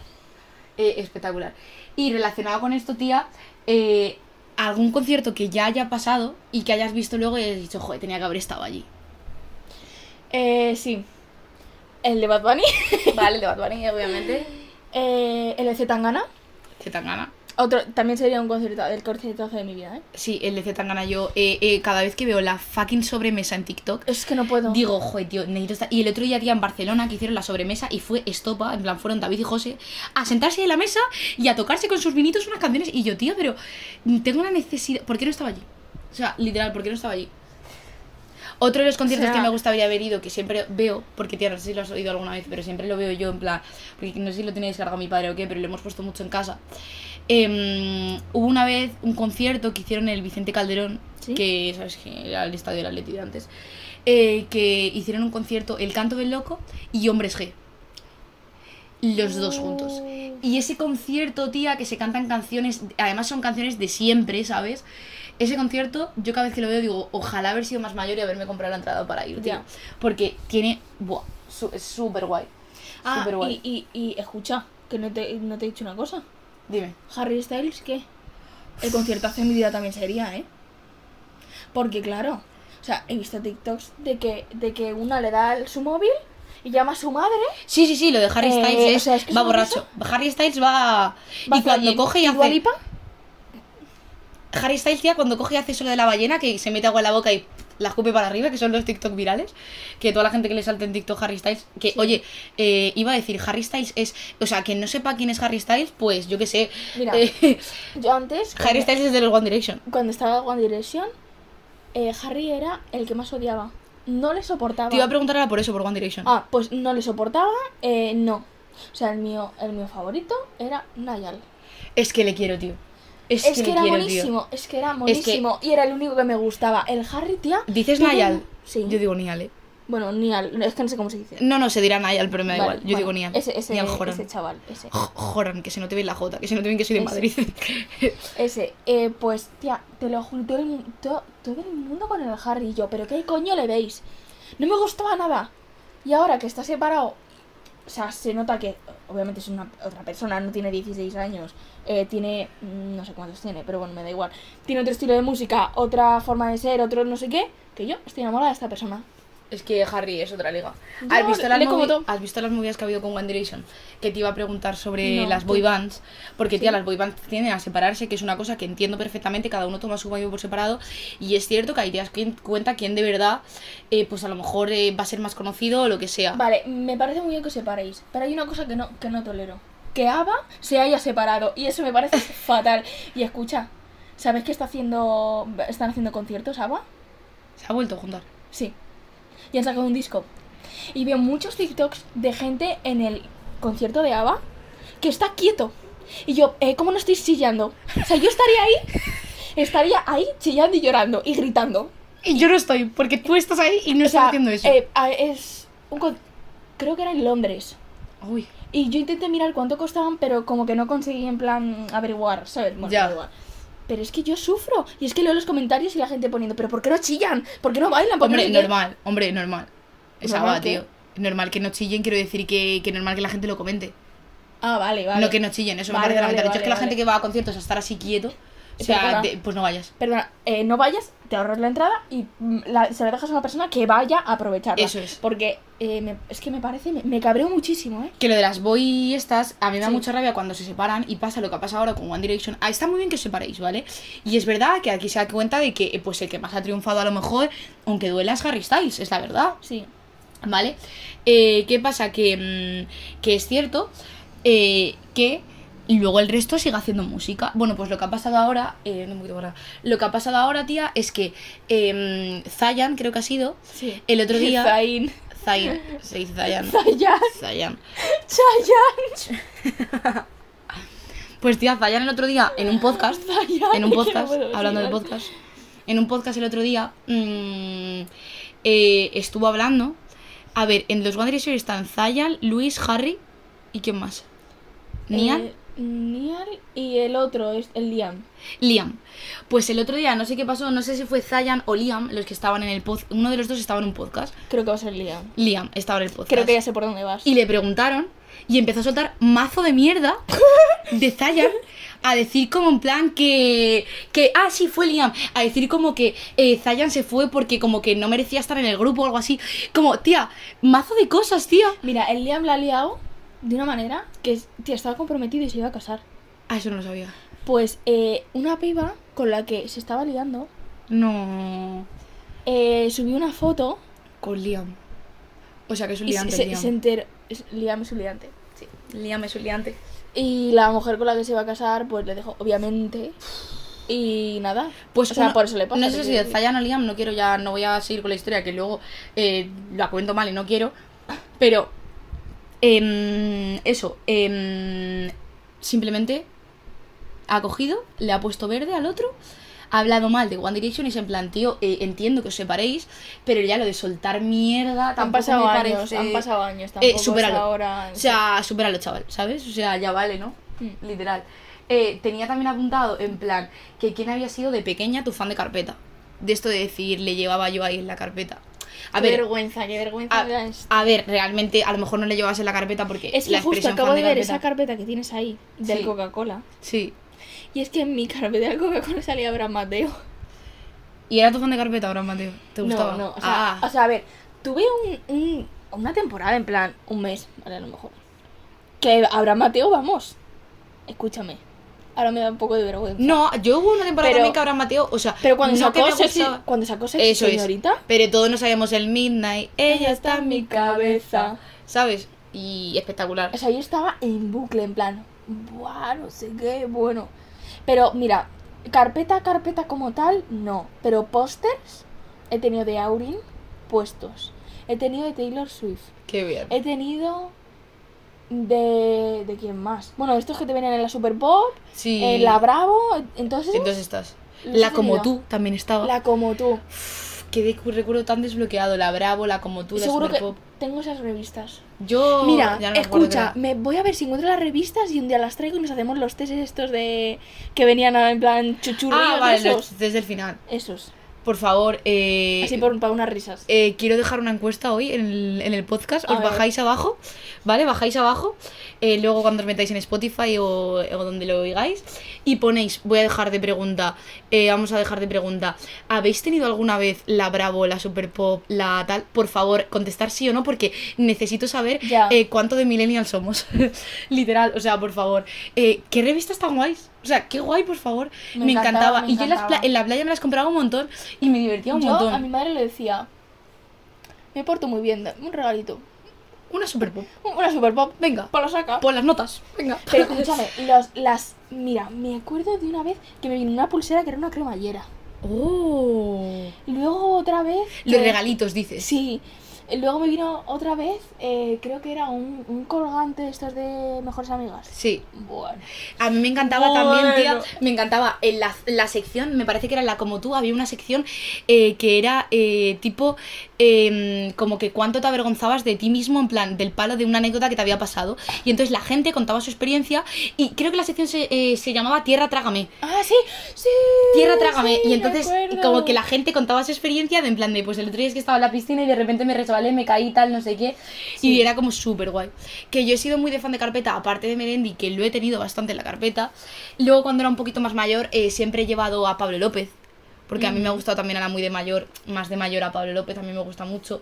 A: Eh, espectacular. Y relacionado con esto, tía, eh, algún concierto que ya haya pasado y que hayas visto luego y hayas dicho, joder, tenía que haber estado allí.
B: Eh, sí. El de Bad Bunny.
A: Vale, el de Bad Bunny, obviamente.
B: eh, el de Zetangana.
A: ¿Qué tan gana?
B: Otro, también sería un concierto, el conciertazo de mi vida, ¿eh?
A: Sí, el de Zetangana yo eh, eh, cada vez que veo la fucking sobremesa en TikTok
B: Es que no puedo.
A: Digo, joder, tío, necesito estar. Y el otro día, tía, en Barcelona, que hicieron la sobremesa y fue estopa, en plan, fueron David y José a sentarse en la mesa y a tocarse con sus vinitos unas canciones. Y yo, tío, pero tengo una necesidad. ¿Por qué no estaba allí? O sea, literal, ¿por qué no estaba allí? Otro de los conciertos
B: sea-
A: que me gustaría haber ido, que siempre veo, porque tía, no sé si lo has oído alguna vez, pero siempre lo veo yo en plan, porque no sé si lo tiene descargado mi padre o qué, pero lo hemos puesto mucho en casa. Em, hubo una vez un concierto que hicieron en el Vicente Calderón,
B: ¿Sí?
A: que sabes que era el estadio del Atleti de antes, eh, que hicieron un concierto El Canto del Loco y Hombres G. Los dos juntos. Y ese concierto, tía, que se cantan canciones, además son canciones de siempre, ¿sabes? Ese concierto, yo cada vez que lo veo digo, ojalá haber sido más mayor y haberme comprado la entrada para ir, tía.
B: Ya.
A: Porque tiene, buah, su- es súper guay.
B: Ah,
A: súper guay.
B: y, y, y escucha, que no te, no te he dicho una cosa.
A: Dime.
B: Harry Styles, ¿qué? El concierto hace mi vida también sería, ¿eh? Porque claro, o sea, he visto TikToks de que, de que una le da el- su móvil y llama a su madre.
A: Sí, sí, sí, lo de Harry
B: Eh,
A: Styles
B: o
A: es,
B: sea, es que
A: va
B: es una
A: borracho. Harry Styles va,
B: va
A: y cuando
B: allí.
A: coge y hace
B: Dua Lipa,
A: Harry Styles, tía, cuando coge y hace eso lo de la ballena, que se mete agua en la boca y la escupe para arriba, que son los TikTok virales, que toda la gente que le salta en TikTok Harry Styles, que, oye, eh, iba a decir, Harry Styles es, o sea, que no sepa quién es Harry Styles, pues yo qué sé,
B: Mira.
A: eh,
B: Yo antes,
A: Harry
B: cuando,
A: Styles es de los One Direction.
B: cuando estaba en One Direction, eh, Harry era el que más odiaba. No le soportaba.
A: Te iba a preguntar ahora por eso, por One Direction.
B: Ah, pues no le soportaba, eh, no. O sea, el mío, el mío favorito era Nayal.
A: Es que le quiero, tío. Es,
B: Es,
A: que,
B: que,
A: le
B: era
A: quiero, tío.
B: buenísimo, es que era buenísimo. Y era el único que me gustaba. El Harry, tía.
A: ¿Dices
B: tuvo-
A: Niall?
B: Sí.
A: Yo digo Niall, eh.
B: Bueno, Nial, es que no sé cómo se dice.
A: No, no, se dirá Niall, pero me da
B: Vale,
A: igual. Yo digo
B: bueno,
A: Niall.
B: Ese, ese,
A: Niall Horan.
B: ese chaval, ese.
A: Jo- Joran, que se no te ve la jota, que se no te ven que soy de
B: Ese.
A: Madrid.
B: Ese, eh, pues, tía, te lo juro, todo el, mu- todo, todo el mundo con el Harry y yo, pero ¿qué coño le veis? No me gustaba nada. Y ahora que está separado, o sea, se nota que obviamente es una otra persona, no tiene 16 años, eh, tiene, mm, no sé cuántos tiene, pero bueno, me da igual. Tiene otro estilo de música, otra forma de ser, otro no sé qué, que yo estoy enamorada de esta persona.
A: Es que Harry es otra liga.
B: Yo
A: ¿Has visto,
B: le-
A: las
B: le como
A: movi-
B: todo.
A: has visto las movidas que ha habido con One Direction? Que te iba a preguntar sobre
B: No,
A: las boy
B: ¿qué?
A: bands. Porque, tía,
B: Sí.
A: las boy bands tienden a separarse, que es una cosa que entiendo perfectamente. Cada uno toma su baño por separado. Y es cierto que ahí te das cuen- cuenta quién de verdad, eh, pues a lo mejor eh, va a ser más conocido o lo que sea.
B: Vale, me parece muy bien que os separéis, pero hay una cosa que no, que no tolero. Que Ava se haya separado y eso me parece fatal. Y escucha, ¿sabes que está haciendo están haciendo conciertos Ava?
A: Se ha vuelto a juntar.
B: Sí. Y han sacado un disco. Y veo muchos TikToks de gente en el concierto de Ava que está quieto. Y yo, eh, ¿cómo no estoy chillando? O sea, yo estaría ahí, estaría ahí chillando y llorando y gritando.
A: Y yo no estoy, porque tú estás ahí y no
B: O
A: estás
B: sea,
A: haciendo eso.
B: eh, ah, es un con- creo que era en Londres.
A: Uy.
B: Y yo intenté mirar cuánto costaban, pero como que no conseguí en plan averiguar, ¿sabes? Bueno,
A: Ya.
B: da igual. Pero es que yo sufro. Y es que leo los comentarios y la gente poniendo, ¿pero por qué no chillan? ¿Por qué no bailan? ¿Por qué
A: Pues Hombre,
B: no sé qué?".
A: normal, hombre, normal. Es
B: ¿Normal
A: ABBA,
B: qué?
A: tío. Normal que no chillen, quiero decir que, que normal que la gente lo comente.
B: Ah, vale, vale.
A: No que no chillen, eso me
B: Vale,
A: parece
B: vale,
A: lamentable. Yo es
B: vale,
A: que la
B: vale.
A: gente que va a conciertos a estar así quieto, o
B: Es
A: sea,
B: verdad.
A: de- pues no vayas.
B: Perdona, eh, no vayas, te ahorras la entrada y mm, la- se la dejas a una persona que vaya a aprovecharla.
A: Eso es.
B: Porque eh, me- es que me parece, me, me cabreo muchísimo, ¿eh?
A: Que lo de las boy estas, a mí me da
B: Sí.
A: mucha rabia cuando se separan y pasa lo que ha pasado ahora con One Direction. Ah, está muy bien que os separéis, ¿vale? Y es verdad que aquí se da cuenta de que eh, pues el que más ha triunfado a lo mejor, aunque duela, es Harry Styles, es la verdad.
B: Sí.
A: ¿Vale? Eh, ¿Qué pasa? Que, mm, que es cierto eh, que y luego el resto sigue haciendo música. Bueno, pues lo que ha pasado ahora, eh, no, un poquito para- lo que ha pasado ahora, tía, es que eh, Zayan, creo que ha sido,
B: Sí.
A: el otro día...
B: Zayn.
A: Zayn, se dice Zayan.
B: Zayan.
A: Zayan.
B: Chayan.
A: Pues tía, Zayan el otro día, en un podcast,
B: Zayan,
A: en un
B: es que no
A: podcast,
B: puedo, sí,
A: hablando de
B: vale.
A: podcast, en un podcast el otro día mm, eh, estuvo hablando, a ver, en los One Direction están Zayan, Luis, Harry y ¿quién más? Nian.
B: Eh, Nial y el otro, es el Liam.
A: Liam. Pues el otro día, no sé qué pasó, no sé si fue Zayan o Liam los que estaban en el podcast. Uno de los dos estaba en un podcast.
B: Creo que va a ser Liam.
A: Liam estaba en el podcast.
B: Creo que ya sé por dónde vas.
A: Y le preguntaron y empezó a soltar mazo de mierda de Zayan a decir como en plan que... que ah, sí, fue Liam. A decir como que eh, Zayan se fue porque como que no merecía estar en el grupo o algo así. Como, tía, mazo de cosas, tía.
B: Mira, el Liam la ha liado de una manera que, es- tía, estaba comprometido y se iba a casar.
A: Ah, eso no lo sabía.
B: Pues eh, una piba con la que se estaba liando
A: No...
B: eh, subió una foto
A: Con Liam. O sea que es un
B: y se,
A: liante,
B: se-
A: Liam.
B: se enteró. es- Liam es un liante. Sí.
A: Liam es un liante.
B: Y la mujer con la que se iba a casar, pues le dejó, obviamente. Y nada.
A: Pues
B: o sea,
A: uno-
B: por eso le pasa.
A: No
B: te
A: sé si
B: quiero
A: de
B: decir.
A: Zayan o Liam, no quiero ya, no voy a seguir con la historia, que luego eh, la cuento mal y no quiero. Pero, em, eso, em, simplemente ha cogido, le ha puesto verde al otro, ha hablado mal de One Direction y se planteó, eh, entiendo que os separéis, pero ya lo de soltar mierda
B: Han
A: tampoco
B: pasado
A: me
B: años,
A: parece-
B: han pasado años. Tampoco
A: eh,
B: es
A: supéralo.
B: ahora.
A: O sea, supéralo, chaval, ¿sabes? O sea, ya vale, ¿no?
B: Mm.
A: Literal. Eh, tenía también apuntado, en plan, que quién había sido de pequeña tu fan de carpeta. De esto de decir, le llevaba yo ahí en la carpeta. A
B: qué
A: ver,
B: vergüenza, qué vergüenza.
A: a,
B: me da esto.
A: a ver, realmente, a lo mejor no le llevabas en la carpeta porque
B: es que
A: la
B: justo
A: expresión
B: acabo
A: fan
B: de ver esa carpeta que tienes ahí, del
A: Sí.
B: Coca-Cola.
A: Sí.
B: Y es que en mi carpeta del Coca-Cola salía Abraham Mateo.
A: ¿Y era tu fan de carpeta ahora, Mateo? ¿Te gustaba?
B: No, no, o sea,
A: Ah.
B: o sea, a ver, tuve un, un- una temporada, en plan, un mes, vale, a lo mejor. Que habrá Mateo, vamos. Escúchame. Ahora me da un poco de vergüenza.
A: no, yo hubo una temporada
B: Pero-
A: también que ahora Mateo, o sea,
B: Pero cuando
A: no que
B: sacó
A: me
B: sexy,
A: gustaba-
B: cuando sacó sexy
A: Eso es.
B: señorita,
A: Pero todos no sabíamos el Midnight. Ella está en mi cabeza.
B: cabeza.
A: ¿Sabes? Y espectacular.
B: o sea, yo estaba en bucle, en plan, buah, no sé qué, bueno. Pero mira, carpeta, carpeta como tal, no. Pero pósters he tenido de Aurin puestos. He tenido de Taylor Swift.
A: Qué bien.
B: He tenido de. ¿De quién más? Bueno, estos que te vienen en la Super Pop,
A: Sí.
B: en la Bravo, entonces.
A: Entonces estás.
B: Los
A: La
B: he
A: como
B: tenido.
A: tú también estaba.
B: La como tú.
A: Uf, Qué de- recuerdo tan desbloqueado. La Bravo, la como tú, la
B: Seguro que
A: Superpop.
B: tengo esas revistas.
A: Yo.
B: Mira,
A: ya no me acuerdo
B: escucha,
A: qué
B: me voy a ver si encuentro las revistas y un día las traigo y nos hacemos los test estos de. que venían en plan
A: era.
B: chuchurros.
A: Ah, vale, los-
B: esos.
A: desde el final.
B: Esos.
A: Por favor, eh,
B: Así por, para unas risas.
A: eh, quiero dejar una encuesta hoy en el, en el podcast.
B: A
A: Os
B: ver.
A: bajáis abajo, ¿vale? Bajáis abajo. eh, luego cuando os metáis en Spotify o, o donde lo oigáis. Y ponéis, voy a dejar de pregunta. eh, vamos a dejar de pregunta. ¿Habéis tenido alguna vez la Bravo, la Super Pop, la tal? Por favor, contestar sí o no, porque necesito saber
B: Ya.
A: eh, cuánto de millennials somos. Literal, o sea, por favor. Eh, ¿Qué revistas tan guays? O sea, qué guay, por favor. Me,
B: Me
A: encantaba.
B: encantaba, me
A: Y yo en, las pla-
B: encantaba.
A: en la playa me las compraba un montón y me divertía un
B: Yo
A: montón.
B: a mi madre le decía. Me porto muy bien, dame un regalito.
A: Una Super Pop.
B: Una super pop,
A: Venga.
B: pa' lo saca.
A: Por las notas. Pues Venga.
B: Pero escúchame, los, las. Mira, me acuerdo de una vez que me vino una pulsera que era una cremallera.
A: Oh. Luego.
B: Luego otra vez. que-
A: Los regalitos, dices.
B: Sí. Luego me vino otra vez, eh, creo que era un, un colgante de estos de mejores amigas.
A: Sí.
B: Bueno.
A: A mí me encantaba
B: Bueno.
A: también, tía. Me encantaba. En la, la sección, me parece que era la como tú, había una sección eh, que era eh, tipo. eh, como que cuánto te avergonzabas de ti mismo, en plan, del palo de una anécdota que te había pasado. Y entonces la gente contaba su experiencia. Y creo que la sección se, eh, se llamaba Tierra Trágame.
B: Ah, sí, sí.
A: Tierra trágame.
B: sí,
A: y
B: me
A: entonces,
B: acuerdo.
A: como que la gente contaba su experiencia de en plan de, pues el otro día es que estaba en la piscina y de repente me resbalé, me caí tal, no sé qué. Y era como súper guay. Que yo he sido muy de fan de carpeta, aparte de Melendi, que lo he tenido bastante en la carpeta. Luego, cuando era un poquito más mayor, eh, siempre he llevado a Pablo López. Porque a mí me ha gustado también a la muy de mayor, más de mayor a Pablo López, a mí me gusta mucho.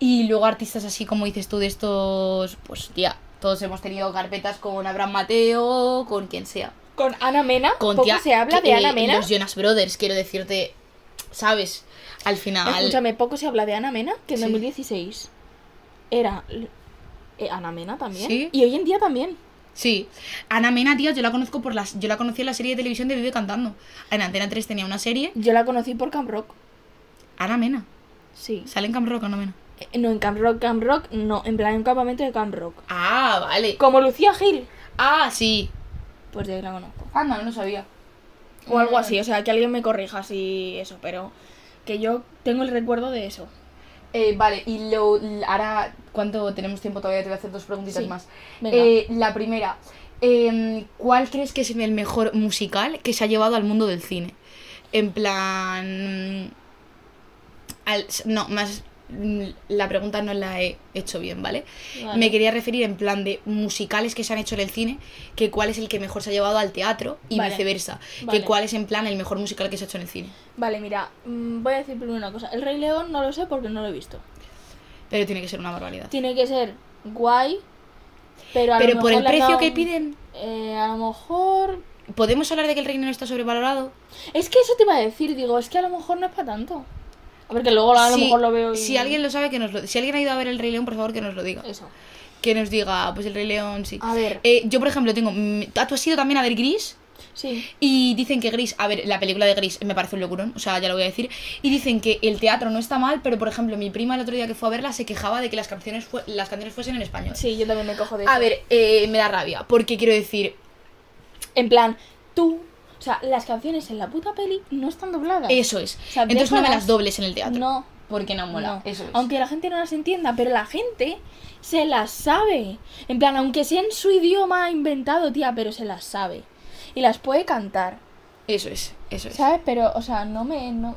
A: Y luego artistas así como dices tú de estos, pues tía, todos hemos tenido carpetas con Abraham Mateo, con quien sea
B: Con Ana Mena.
A: con
B: poco
A: tía-
B: se habla de
A: eh,
B: Ana Mena.
A: Los Jonas Brothers, quiero decirte, ¿sabes? Al final.
B: Escúchame, poco se habla de Ana Mena, que en
A: Sí.
B: 2016 era. eh, Ana Mena también.
A: Sí.
B: Y hoy en día también.
A: Sí. Ana Mena, tío, yo la conozco por las. Yo la conocí en la serie de televisión de Vive Cantando. En Antena 3 tenía una serie.
B: Yo la conocí por Camp Rock.
A: Ana Mena.
B: Sí.
A: Sale en Camp Rock, Ana Mena.
B: Eh, No, en Camp Rock, Camp Rock, no, en plan en un campamento de Camp Rock.
A: Ah, vale.
B: Como Lucía Gil.
A: Ah, sí.
B: Pues de ahí la conozco.
A: Anda, no lo sabía.
B: O algo así, o sea, que alguien me corrija si eso, pero que yo tengo el recuerdo de eso.
A: Eh, vale, y lo, ahora, ¿cuánto tenemos tiempo todavía? Te voy a hacer dos preguntitas
B: Sí.
A: más.
B: Venga.
A: Eh, la primera, em, ¿cuál crees que es el mejor musical que se ha llevado al mundo del cine? En plan... al- no, más... mm, La pregunta no la he hecho bien, ¿vale?
B: Vale.
A: Me quería referir en plan de musicales que se han hecho en el cine, que cuál es el que mejor se ha llevado al teatro y
B: Vale.
A: viceversa,
B: Vale.
A: que cuál es en plan el mejor musical que se ha hecho en el cine.
B: Vale, mira, mm, voy a decir primero una cosa. El Rey León no lo sé porque no lo he visto.
A: Pero tiene que ser una barbaridad.
B: Tiene que ser guay, pero a lo
A: Pero por
B: mejor
A: el
B: le han
A: precio
B: dado
A: que
B: un-
A: piden,
B: eh, a lo mejor...
A: ¿podemos hablar de que el reino no está sobrevalorado?
B: Es que eso te iba a decir, digo, es que a lo mejor no es para tanto. A ver, que luego a lo
A: Si-
B: mejor lo veo y...
A: Si alguien lo sabe, que nos lo Si alguien ha ido a ver el Rey León, por favor, que nos lo diga.
B: Eso.
A: Que nos diga, pues el Rey León, sí.
B: A ver.
A: Eh, yo, por ejemplo, tengo. mm, ¿Tú has ido también a ver Gris?
B: Sí.
A: Y dicen que Gris, a ver, la película de Gris me parece un locurón, o sea, ya lo voy a decir. Y dicen que el teatro no está mal, pero por ejemplo, mi prima el otro día que fue a verla se quejaba de que las canciones, fue- las canciones fuesen en español.
B: Sí, yo también me cojo de eso.
A: A ver, eh, me da rabia, porque quiero decir,
B: En plan, tú... O sea, las canciones en la puta peli no están dobladas.
A: eso es.
B: Ah. O sea,
A: Entonces no me
B: déjalas.
A: las dobles en el teatro.
B: No.
A: Porque no mola.
B: No.
A: Eso es.
B: Aunque la gente no las entienda, pero la gente se las sabe. En plan, aunque sea en su idioma inventado, tía, pero se las sabe. Y las puede cantar.
A: Eso es, eso es.
B: ¿Sabes? Pero, o sea, no me. No,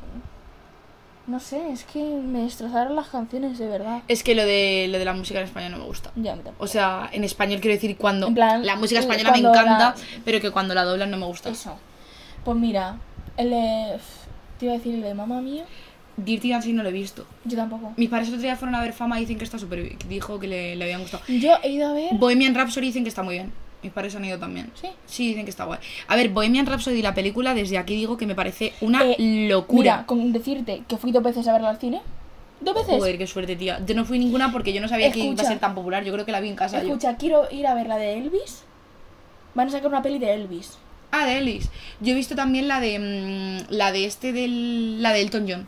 B: no sé, es que me destrozaron las canciones, de verdad.
A: Es que lo de, lo de la música en español no me gusta.
B: Ya, a mí tampoco.
A: O sea, en español quiero decir cuando
B: En plan,
A: la música
B: el-
A: española me
B: cuando
A: encanta,
B: la-
A: pero que cuando la doblan no me gusta.
B: Eso. Pues mira, el de. f- Te iba a decir el de mamá mía.
A: Dirty Dancing no lo he visto.
B: Yo tampoco.
A: Mis padres el otro día fueron a ver Fama y dicen que está súper bien. que Dijo que le, le habían gustado.
B: Yo he ido a ver.
A: Bohemian Rhapsody dicen que está muy bien. Mis padres han ido también.
B: Sí.
A: Sí, dicen que está guay. A ver, Bohemian Rhapsody, la película, desde aquí digo que me parece una
B: Eh, Mira,
A: locura.
B: con decirte que fui dos veces a verla al cine. Dos veces.
A: Joder, qué suerte, tía. Yo no fui ninguna porque yo no sabía que iba a
B: Escucha.
A: ser tan popular. Yo creo que la vi en casa. Ah, yo.
B: Escucha, quiero ir a ver la de Elvis. Van a sacar una peli de Elvis.
A: Ah, de Ellis. Yo he visto también la de mm, la de este del la de Elton John.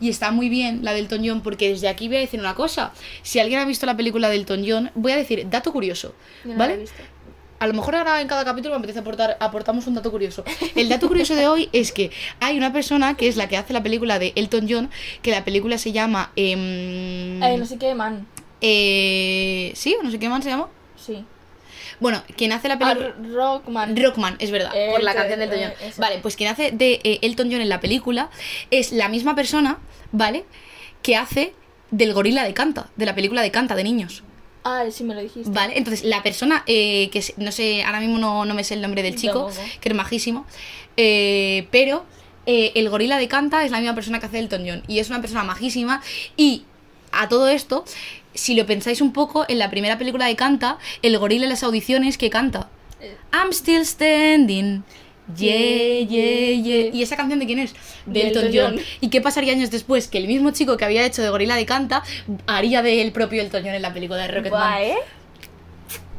A: Y está muy bien la de Elton John porque desde aquí voy a decir una cosa. Si alguien ha visto la película de Elton John, voy a decir dato curioso, ¿vale? A lo mejor ahora en cada capítulo me apetece aportar aportamos un dato curioso. El dato curioso de hoy es que hay una persona que es la que hace la película de Elton John, que la película se llama em,
B: Eh, no sé qué, man.
A: eh, sí, o no sé qué más se llama.
B: Sí.
A: Bueno, quien hace la
B: Ah,
A: película
B: R- Rockman.
A: Rockman, es verdad,
B: Eh,
A: por la
B: eh,
A: canción del
B: eh,
A: Elton John.
B: eso.
A: Vale, pues quien hace de eh, Elton John en la película es la misma persona, ¿vale? Que hace del gorila de Canta, de la película de Canta de niños,
B: ah, sí, me lo dijiste.
A: ¿vale? Entonces, la persona eh, que, se- no sé, ahora mismo no, no me sé el nombre del chico,
B: Tampoco.
A: que es majísimo, eh, pero eh, el gorila de Canta es la misma persona que hace Elton John y es una persona majísima y a todo esto, si lo pensáis un poco, en la primera película de Canta, el gorila en las audiciones que canta.
B: Eh.
A: I'm still standing. Yeah, yeah, yeah.
B: yeah.
A: ¿Y esa canción de quién es? De
B: De
A: Elton
B: Elton
A: John.
B: John.
A: ¿Y qué pasaría años después? Que el mismo chico que había hecho de Gorila de Canta haría de él propio Elton John en la película de Rocketman.
B: Guay, ¿eh?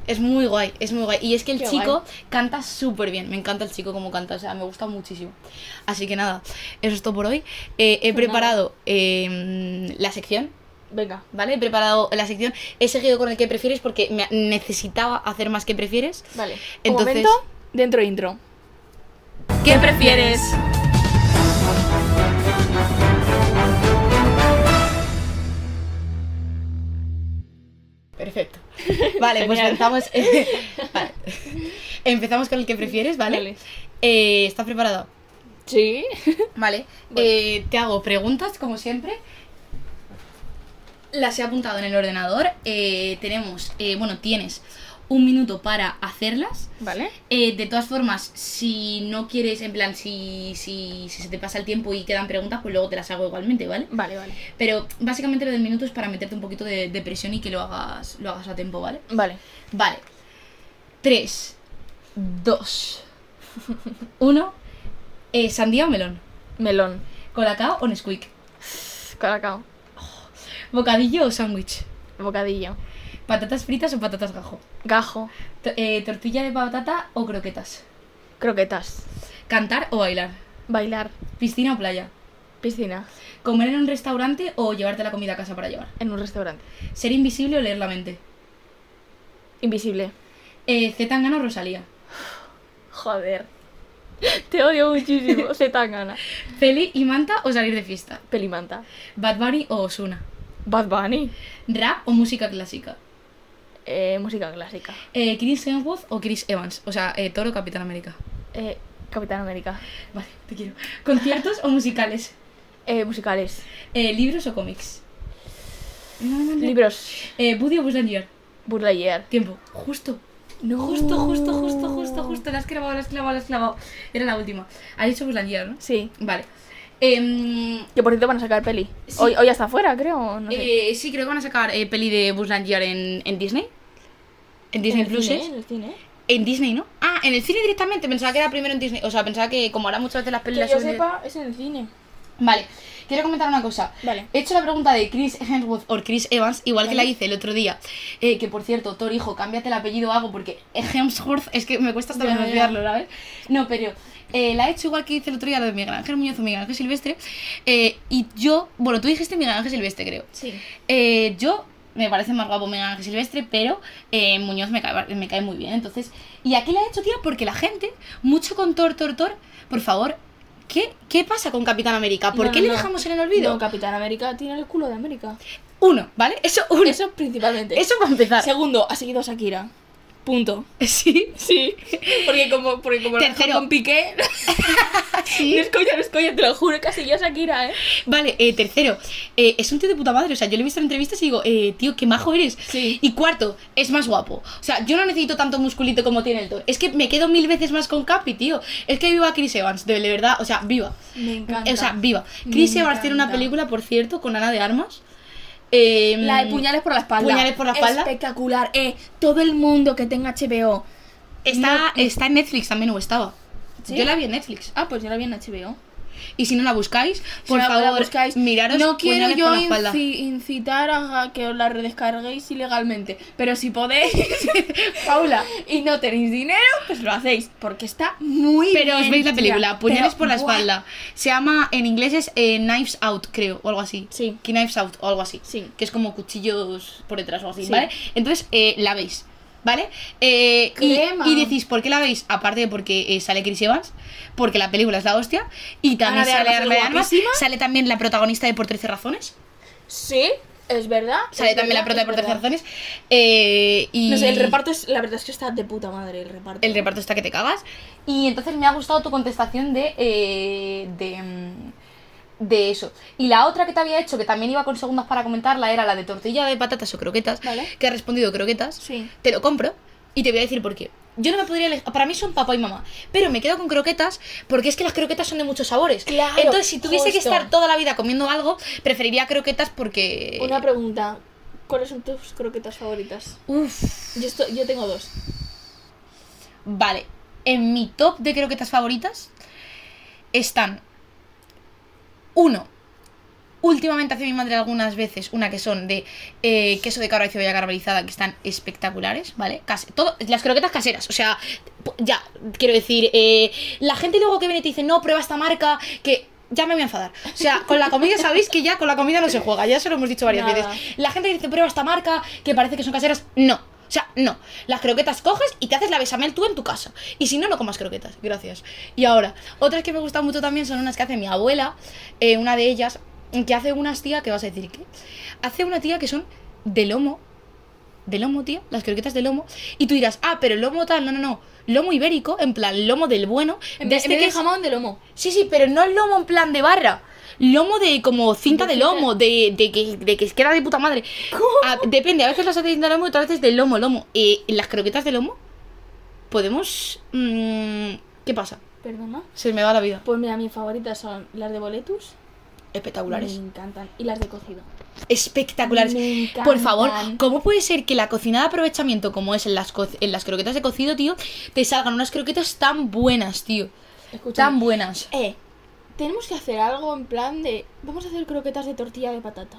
A: Es muy guay, es muy guay. Y es que el
B: Qué
A: chico canta súper bien. Me encanta el chico como canta, o sea, me gusta muchísimo. Así que nada, eso es todo por hoy. Eh, he
B: Pues nada.
A: preparado eh, la sección,
B: Venga.
A: ¿vale? He preparado la sección. He seguido con el que prefieres porque me necesitaba hacer más que prefieres.
B: Vale. Un
A: Entonces-
B: momento, dentro intro.
A: ¿Qué prefieres? Perfecto. Vale, pues
B: Genial.
A: empezamos. Vale. Empezamos con el que prefieres, ¿vale?
B: Vale.
A: Eh, ¿Estás preparado?
B: Sí.
A: Vale.
B: Voy.
A: Eh, te hago preguntas, como siempre. Las he apuntado en el ordenador. Eh, tenemos, eh, bueno, tienes un minuto para hacerlas.
B: vale.
A: Eh, de todas formas, si no quieres, en plan, si, si, si se te pasa el tiempo y quedan preguntas, pues luego te las hago igualmente, ¿vale?
B: Vale, vale.
A: Pero básicamente lo del minuto es para meterte un poquito de, de presión y que lo hagas, lo hagas a tiempo, ¿vale?
B: Vale.
A: Vale. 3, 2, 1. eh, ¿Sandía o melón?
B: Melón.
A: ¿Colacao o Nesquik?
B: Caracao.
A: ¿Bocadillo o sándwich?
B: Bocadillo.
A: ¿Patatas fritas o patatas gajo?
B: Gajo.
A: To- eh, ¿Tortilla de patata o croquetas?
B: Croquetas.
A: ¿Cantar o bailar?
B: Bailar.
A: ¿Piscina o playa?
B: Piscina.
A: ¿Comer en un restaurante o llevarte la comida a casa para llevar?
B: En un restaurante.
A: ¿Ser invisible o leer la mente?
B: Invisible.
A: Eh, ¿Z Tangana o Rosalía?
B: Joder. Te odio muchísimo. Se tan gana.
A: ¿Peli y manta o salir de fiesta?
B: Pelimanta.
A: ¿Bad Bunny o Osuna?
B: Bad Bunny.
A: ¿Rap o música clásica?
B: Eh, música clásica.
A: Eh, ¿Chris Hemsworth o Chris Evans? O sea, eh, Toro Capitán América.
B: Eh, Capitán América.
A: Vale, te quiero. ¿Conciertos o musicales?
B: Eh, musicales.
A: Eh, ¿Libros o cómics?
B: Libros.
A: Eh, ¿Buddy o Buzz Lightyear?
B: Burlayer.
A: Tiempo. Justo.
B: No.
A: Justo, justo, justo, justo, justo. La has clavado, la has clavado, la has clavado. Era la última. Has dicho Buzz Lightyear, ¿no?
B: Sí.
A: Vale. Em,
B: Que por cierto van a sacar peli.
A: Sí.
B: Hoy, hoy hasta afuera, creo. No sé.
A: eh, sí, creo que van a sacar eh, peli de Buzz Lightyear en, en Disney. En Disney
B: el
A: Plus.
B: cine,
A: ¿es?
B: en el cine.
A: En Disney, ¿no? Ah, en el cine directamente. Pensaba que era primero en Disney. O sea, pensaba que como ahora muchas veces las pelis
B: Que
A: las
B: yo
A: suben-
B: sepa, es en el cine.
A: Vale, quiero comentar una cosa.
B: Vale.
A: He hecho la pregunta de Chris Hemsworth o Chris Evans, igual que
B: Vale.
A: la hice el otro día. Eh, que por cierto, Thor, hijo, cámbiate el apellido o algo, porque Hemsworth es que me cuesta hasta
B: Ya, ya.
A: pronunciarlo, ¿sabes? No, pero eh, la he hecho igual que hice el otro día, lo de Miguel Ángel Muñoz o Miguel Ángel Silvestre. Eh, y yo, bueno, tú dijiste Miguel Ángel Silvestre, creo.
B: Sí.
A: Eh, yo me parece más guapo Miguel Ángel Silvestre, pero eh, Muñoz me cae, me cae muy bien. Entonces, y aquí la he hecho, tía, porque la gente, mucho con Thor, Thor, Thor, por favor, ¿qué, qué pasa con Capitán América? ¿Por
B: No,
A: qué
B: no,
A: le
B: no.
A: dejamos en el olvido?
B: No, Capitán América tiene el culo de América.
A: uno, ¿vale? Eso, uno. Eso,
B: Eso principalmente.
A: para empezar.
B: Segundo, ha seguido a Shakira. Punto.
A: Sí,
B: Sí. Porque como, porque como lo dejó
A: Tercero.
B: con Piqué.
A: sí.
B: No es coña, no es coña, te lo juro, que ha seguido a Shakira, eh.
A: Vale, eh, tercero, eh, es un tío de puta madre. O sea, yo le he visto en entrevistas y digo, eh, tío, qué majo eres.
B: Sí.
A: Y cuarto, es más guapo. O sea, yo no necesito tanto musculito como tiene el Thor. Es que me quedo mil veces más con Capi, tío. Es que viva Chris Evans, de de verdad. O sea, viva.
B: Me encanta.
A: O sea, viva.
B: Me
A: Chris Evans tiene una
B: encanta.
A: película, por cierto, con Ana de Armas. Eh,
B: La de Mm. puñales por la espalda.
A: Puñales por la espalda.
B: Espectacular. Eh, todo el mundo que tenga HBO.
A: Está, está en Netflix también, o estaba.
B: ¿Sí?
A: Yo la vi en Netflix.
B: Ah, pues yo la vi en HBO.
A: Y si no la buscáis, por
B: Si la- la
A: favor,
B: buscáis.
A: miraros
B: No quiero
A: Puñales
B: yo
A: por la espalda.
B: inci- incitar a que os la redescarguéis ilegalmente. Pero si podéis, Paula, y no tenéis dinero, pues lo hacéis. Porque está muy
A: Pero
B: bien
A: os veis la
B: hecha.
A: película, Puñales
B: Pero,
A: por la
B: buah.
A: espalda. Se llama, en inglés es eh, Knives Out, creo, o algo así.
B: Sí.
A: Que Knives Out, o algo así.
B: Sí.
A: Que es como cuchillos por detrás o algo así,
B: Sí.
A: ¿vale? Entonces, eh, la veis, ¿vale? Eh, y,
B: Crema.
A: y decís, ¿por qué la veis? Aparte de porque eh, sale Chris Evans, porque la película es la hostia. Y también
B: Ana de
A: sale
B: Armas es
A: Ana de Armas.
B: guapísima.
A: Sale también la protagonista de Por 13 Razones.
B: Sí, es verdad.
A: Sale
B: es
A: también la prota
B: verdad,
A: de
B: es
A: Por 13
B: verdad.
A: Razones. eh, y
B: No sé, el reparto es. La verdad es que está de puta madre el reparto.
A: el reparto está que te cagas. Y entonces me ha gustado tu contestación de, eh, de, mm, de eso. Y la otra que te había hecho, que también iba con segundos para comentarla, era la de tortilla de patatas o croquetas,
B: Vale.
A: que ha respondido croquetas.
B: Sí.
A: Te lo compro y te voy a decir por qué. Yo no me podría eleg- para mí son papá y mamá, pero me quedo con croquetas porque es que las croquetas son de muchos sabores.
B: Claro,
A: Entonces, si tuviese que
B: justo.
A: estar toda la vida comiendo algo, preferiría croquetas porque...
B: Una pregunta. ¿Cuáles son tus croquetas favoritas?
A: Uf.
B: Yo, esto- yo tengo dos.
A: Vale, en mi top de croquetas favoritas están uno. Últimamente hace mi madre algunas veces una que son de eh, queso de cabra y cebolla caramelizada que están espectaculares, ¿vale? Casi, todo, las croquetas caseras, o sea, pu- ya, quiero decir, eh, la gente luego que viene y te dice, no, prueba esta marca, que ya me voy a enfadar. O sea, con la comida sabéis que ya con la comida no se juega, ya se lo hemos dicho varias
B: Nada.
A: veces. La gente que dice, prueba esta marca, que parece que son caseras, no. O sea, no. Las croquetas coges y te haces la besamel tú en tu casa. Y si no, no comas croquetas. Gracias. Y ahora, otras que me gustan mucho también son unas que hace mi abuela. eh, una de ellas, que hace unas tía, que vas a decir que. Hace una tía que son de lomo. De lomo, tía. Las croquetas de lomo. Y tú dirás, ah, pero lomo tal. No, no, no. Lomo ibérico, en plan, lomo del bueno.
B: En
A: de
B: vez,
A: este
B: en vez
A: que
B: de
A: es-
B: jamón de lomo.
A: Sí, sí, pero no el lomo en plan de barra. Lomo de como cinta de lomo, de, de que, de que queda de puta madre. A- depende, a veces las hacéis de lomo y otras veces de lomo, lomo. Eh, las croquetas de lomo, podemos. mm, ¿Qué pasa?
B: Perdona.
A: Se me va la vida.
B: Pues mira, mis favoritas son las de boletus.
A: Espectaculares.
B: Me encantan. Y las de cocido.
A: espectaculares.
B: Me
A: Por favor,
B: encantan.
A: ¿cómo puede ser que la cocina de aprovechamiento, como es en las, co- en las croquetas de cocido, tío, te salgan unas croquetas tan buenas, tío?
B: Escucha.
A: Tan buenas.
B: Eh, tenemos que hacer algo en plan de. Vamos a hacer croquetas de tortilla de patata.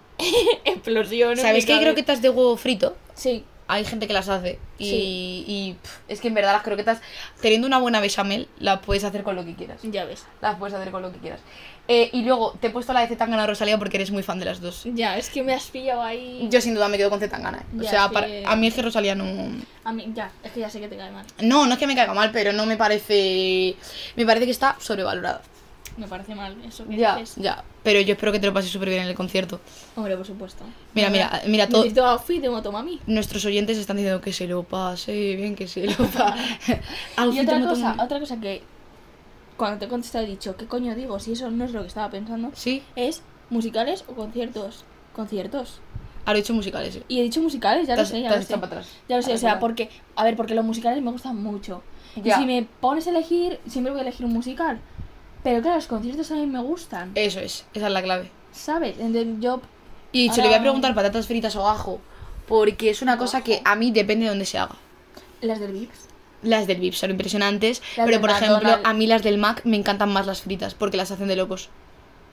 B: Explosión. en
A: ¿Sabéis
B: mi
A: que hay
B: cabeza.
A: croquetas de huevo frito?
B: Sí.
A: Hay gente que las hace. Y,
B: Sí.
A: y, pff, es que en verdad las croquetas, teniendo una buena bechamel, las puedes hacer con lo que quieras.
B: Ya ves.
A: Las puedes hacer con lo que quieras. Eh, y luego, te he puesto la de Zetangana Rosalía porque eres muy fan de las dos.
B: Ya, es que me has pillado ahí.
A: Yo sin duda me quedo con Zetangana. eh. O
B: Ya,
A: sea,
B: sí.
A: para- a mí es que Rosalía no...
B: A mí, ya, es que ya sé que te cae mal.
A: No, no es que me caiga mal, pero no me parece... Me parece que está sobrevalorada.
B: Me parece mal eso que
A: Ya,
B: dices.
A: ya. Pero yo espero que te lo pases súper bien en el concierto.
B: Hombre, por supuesto.
A: Mira, mira, mira, todo-
B: Necesito outfit de motomami.
A: Nuestros oyentes están diciendo que se lo pase bien, que se lo pase.
B: Y otra cosa, otra cosa que cuando te he contestado he dicho, ¿qué coño digo? Si eso no es lo que estaba pensando,
A: Sí,
B: es musicales o conciertos. Conciertos.
A: ahora he hecho musicales. sí.
B: Y he dicho musicales, ya
A: Te
B: lo
A: has-
B: sé,
A: te
B: ya
A: has
B: lo sé.
A: echado para atrás.
B: Ya lo sé, o sea,
A: Recuerda.
B: porque, a ver, porque los musicales me gustan mucho.
A: Ya.
B: Y si me pones a elegir, siempre voy a elegir un musical. Pero claro, los conciertos también me gustan,
A: Eso es, esa es la clave.
B: ¿sabes? Entonces yo,
A: Y se le voy a
B: Ahora-
A: preguntar patatas fritas o ajo, porque es una cosa que a mí depende de dónde se haga.
B: las del Vips.
A: Las del VIP son impresionantes,
B: Las
A: pero
B: del
A: por ejemplo,
B: McDonald's.
A: a mí las del Mac me encantan más las fritas, porque las hacen de locos.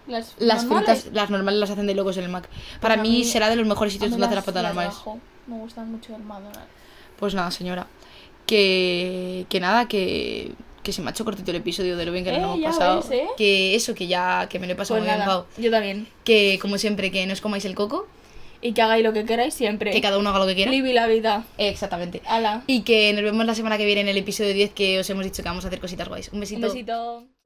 B: Las,
A: Las
B: normales, Pues
A: fritas, las normales las hacen de locos en el Mac. Para
B: a
A: mí,
B: mí-
A: será de los mejores sitios
B: a mí
A: donde hacer las
B: las-
A: patatas
B: las de
A: normales.
B: ajo Me gustan mucho el McDonald's.
A: Pues nada, señora. Que, que nada, que, que se me ha hecho cortito el episodio de lo bien que
B: Eh,
A: nos hemos
B: ya
A: pasado.
B: ves, ¿eh?
A: Que eso, que ya que me lo he pasado
B: Pues
A: muy bien,
B: nada,
A: Pau.
B: yo también.
A: Que como siempre, que no os comáis el coco,
B: Y que hagáis lo que queráis siempre.
A: que cada uno haga lo que quiera.
B: Viví la vida.
A: Exactamente.
B: Ala.
A: Y que nos vemos la semana que viene en el episodio 10 que os hemos dicho que vamos a hacer cositas guays. Un besito.
B: Un besito.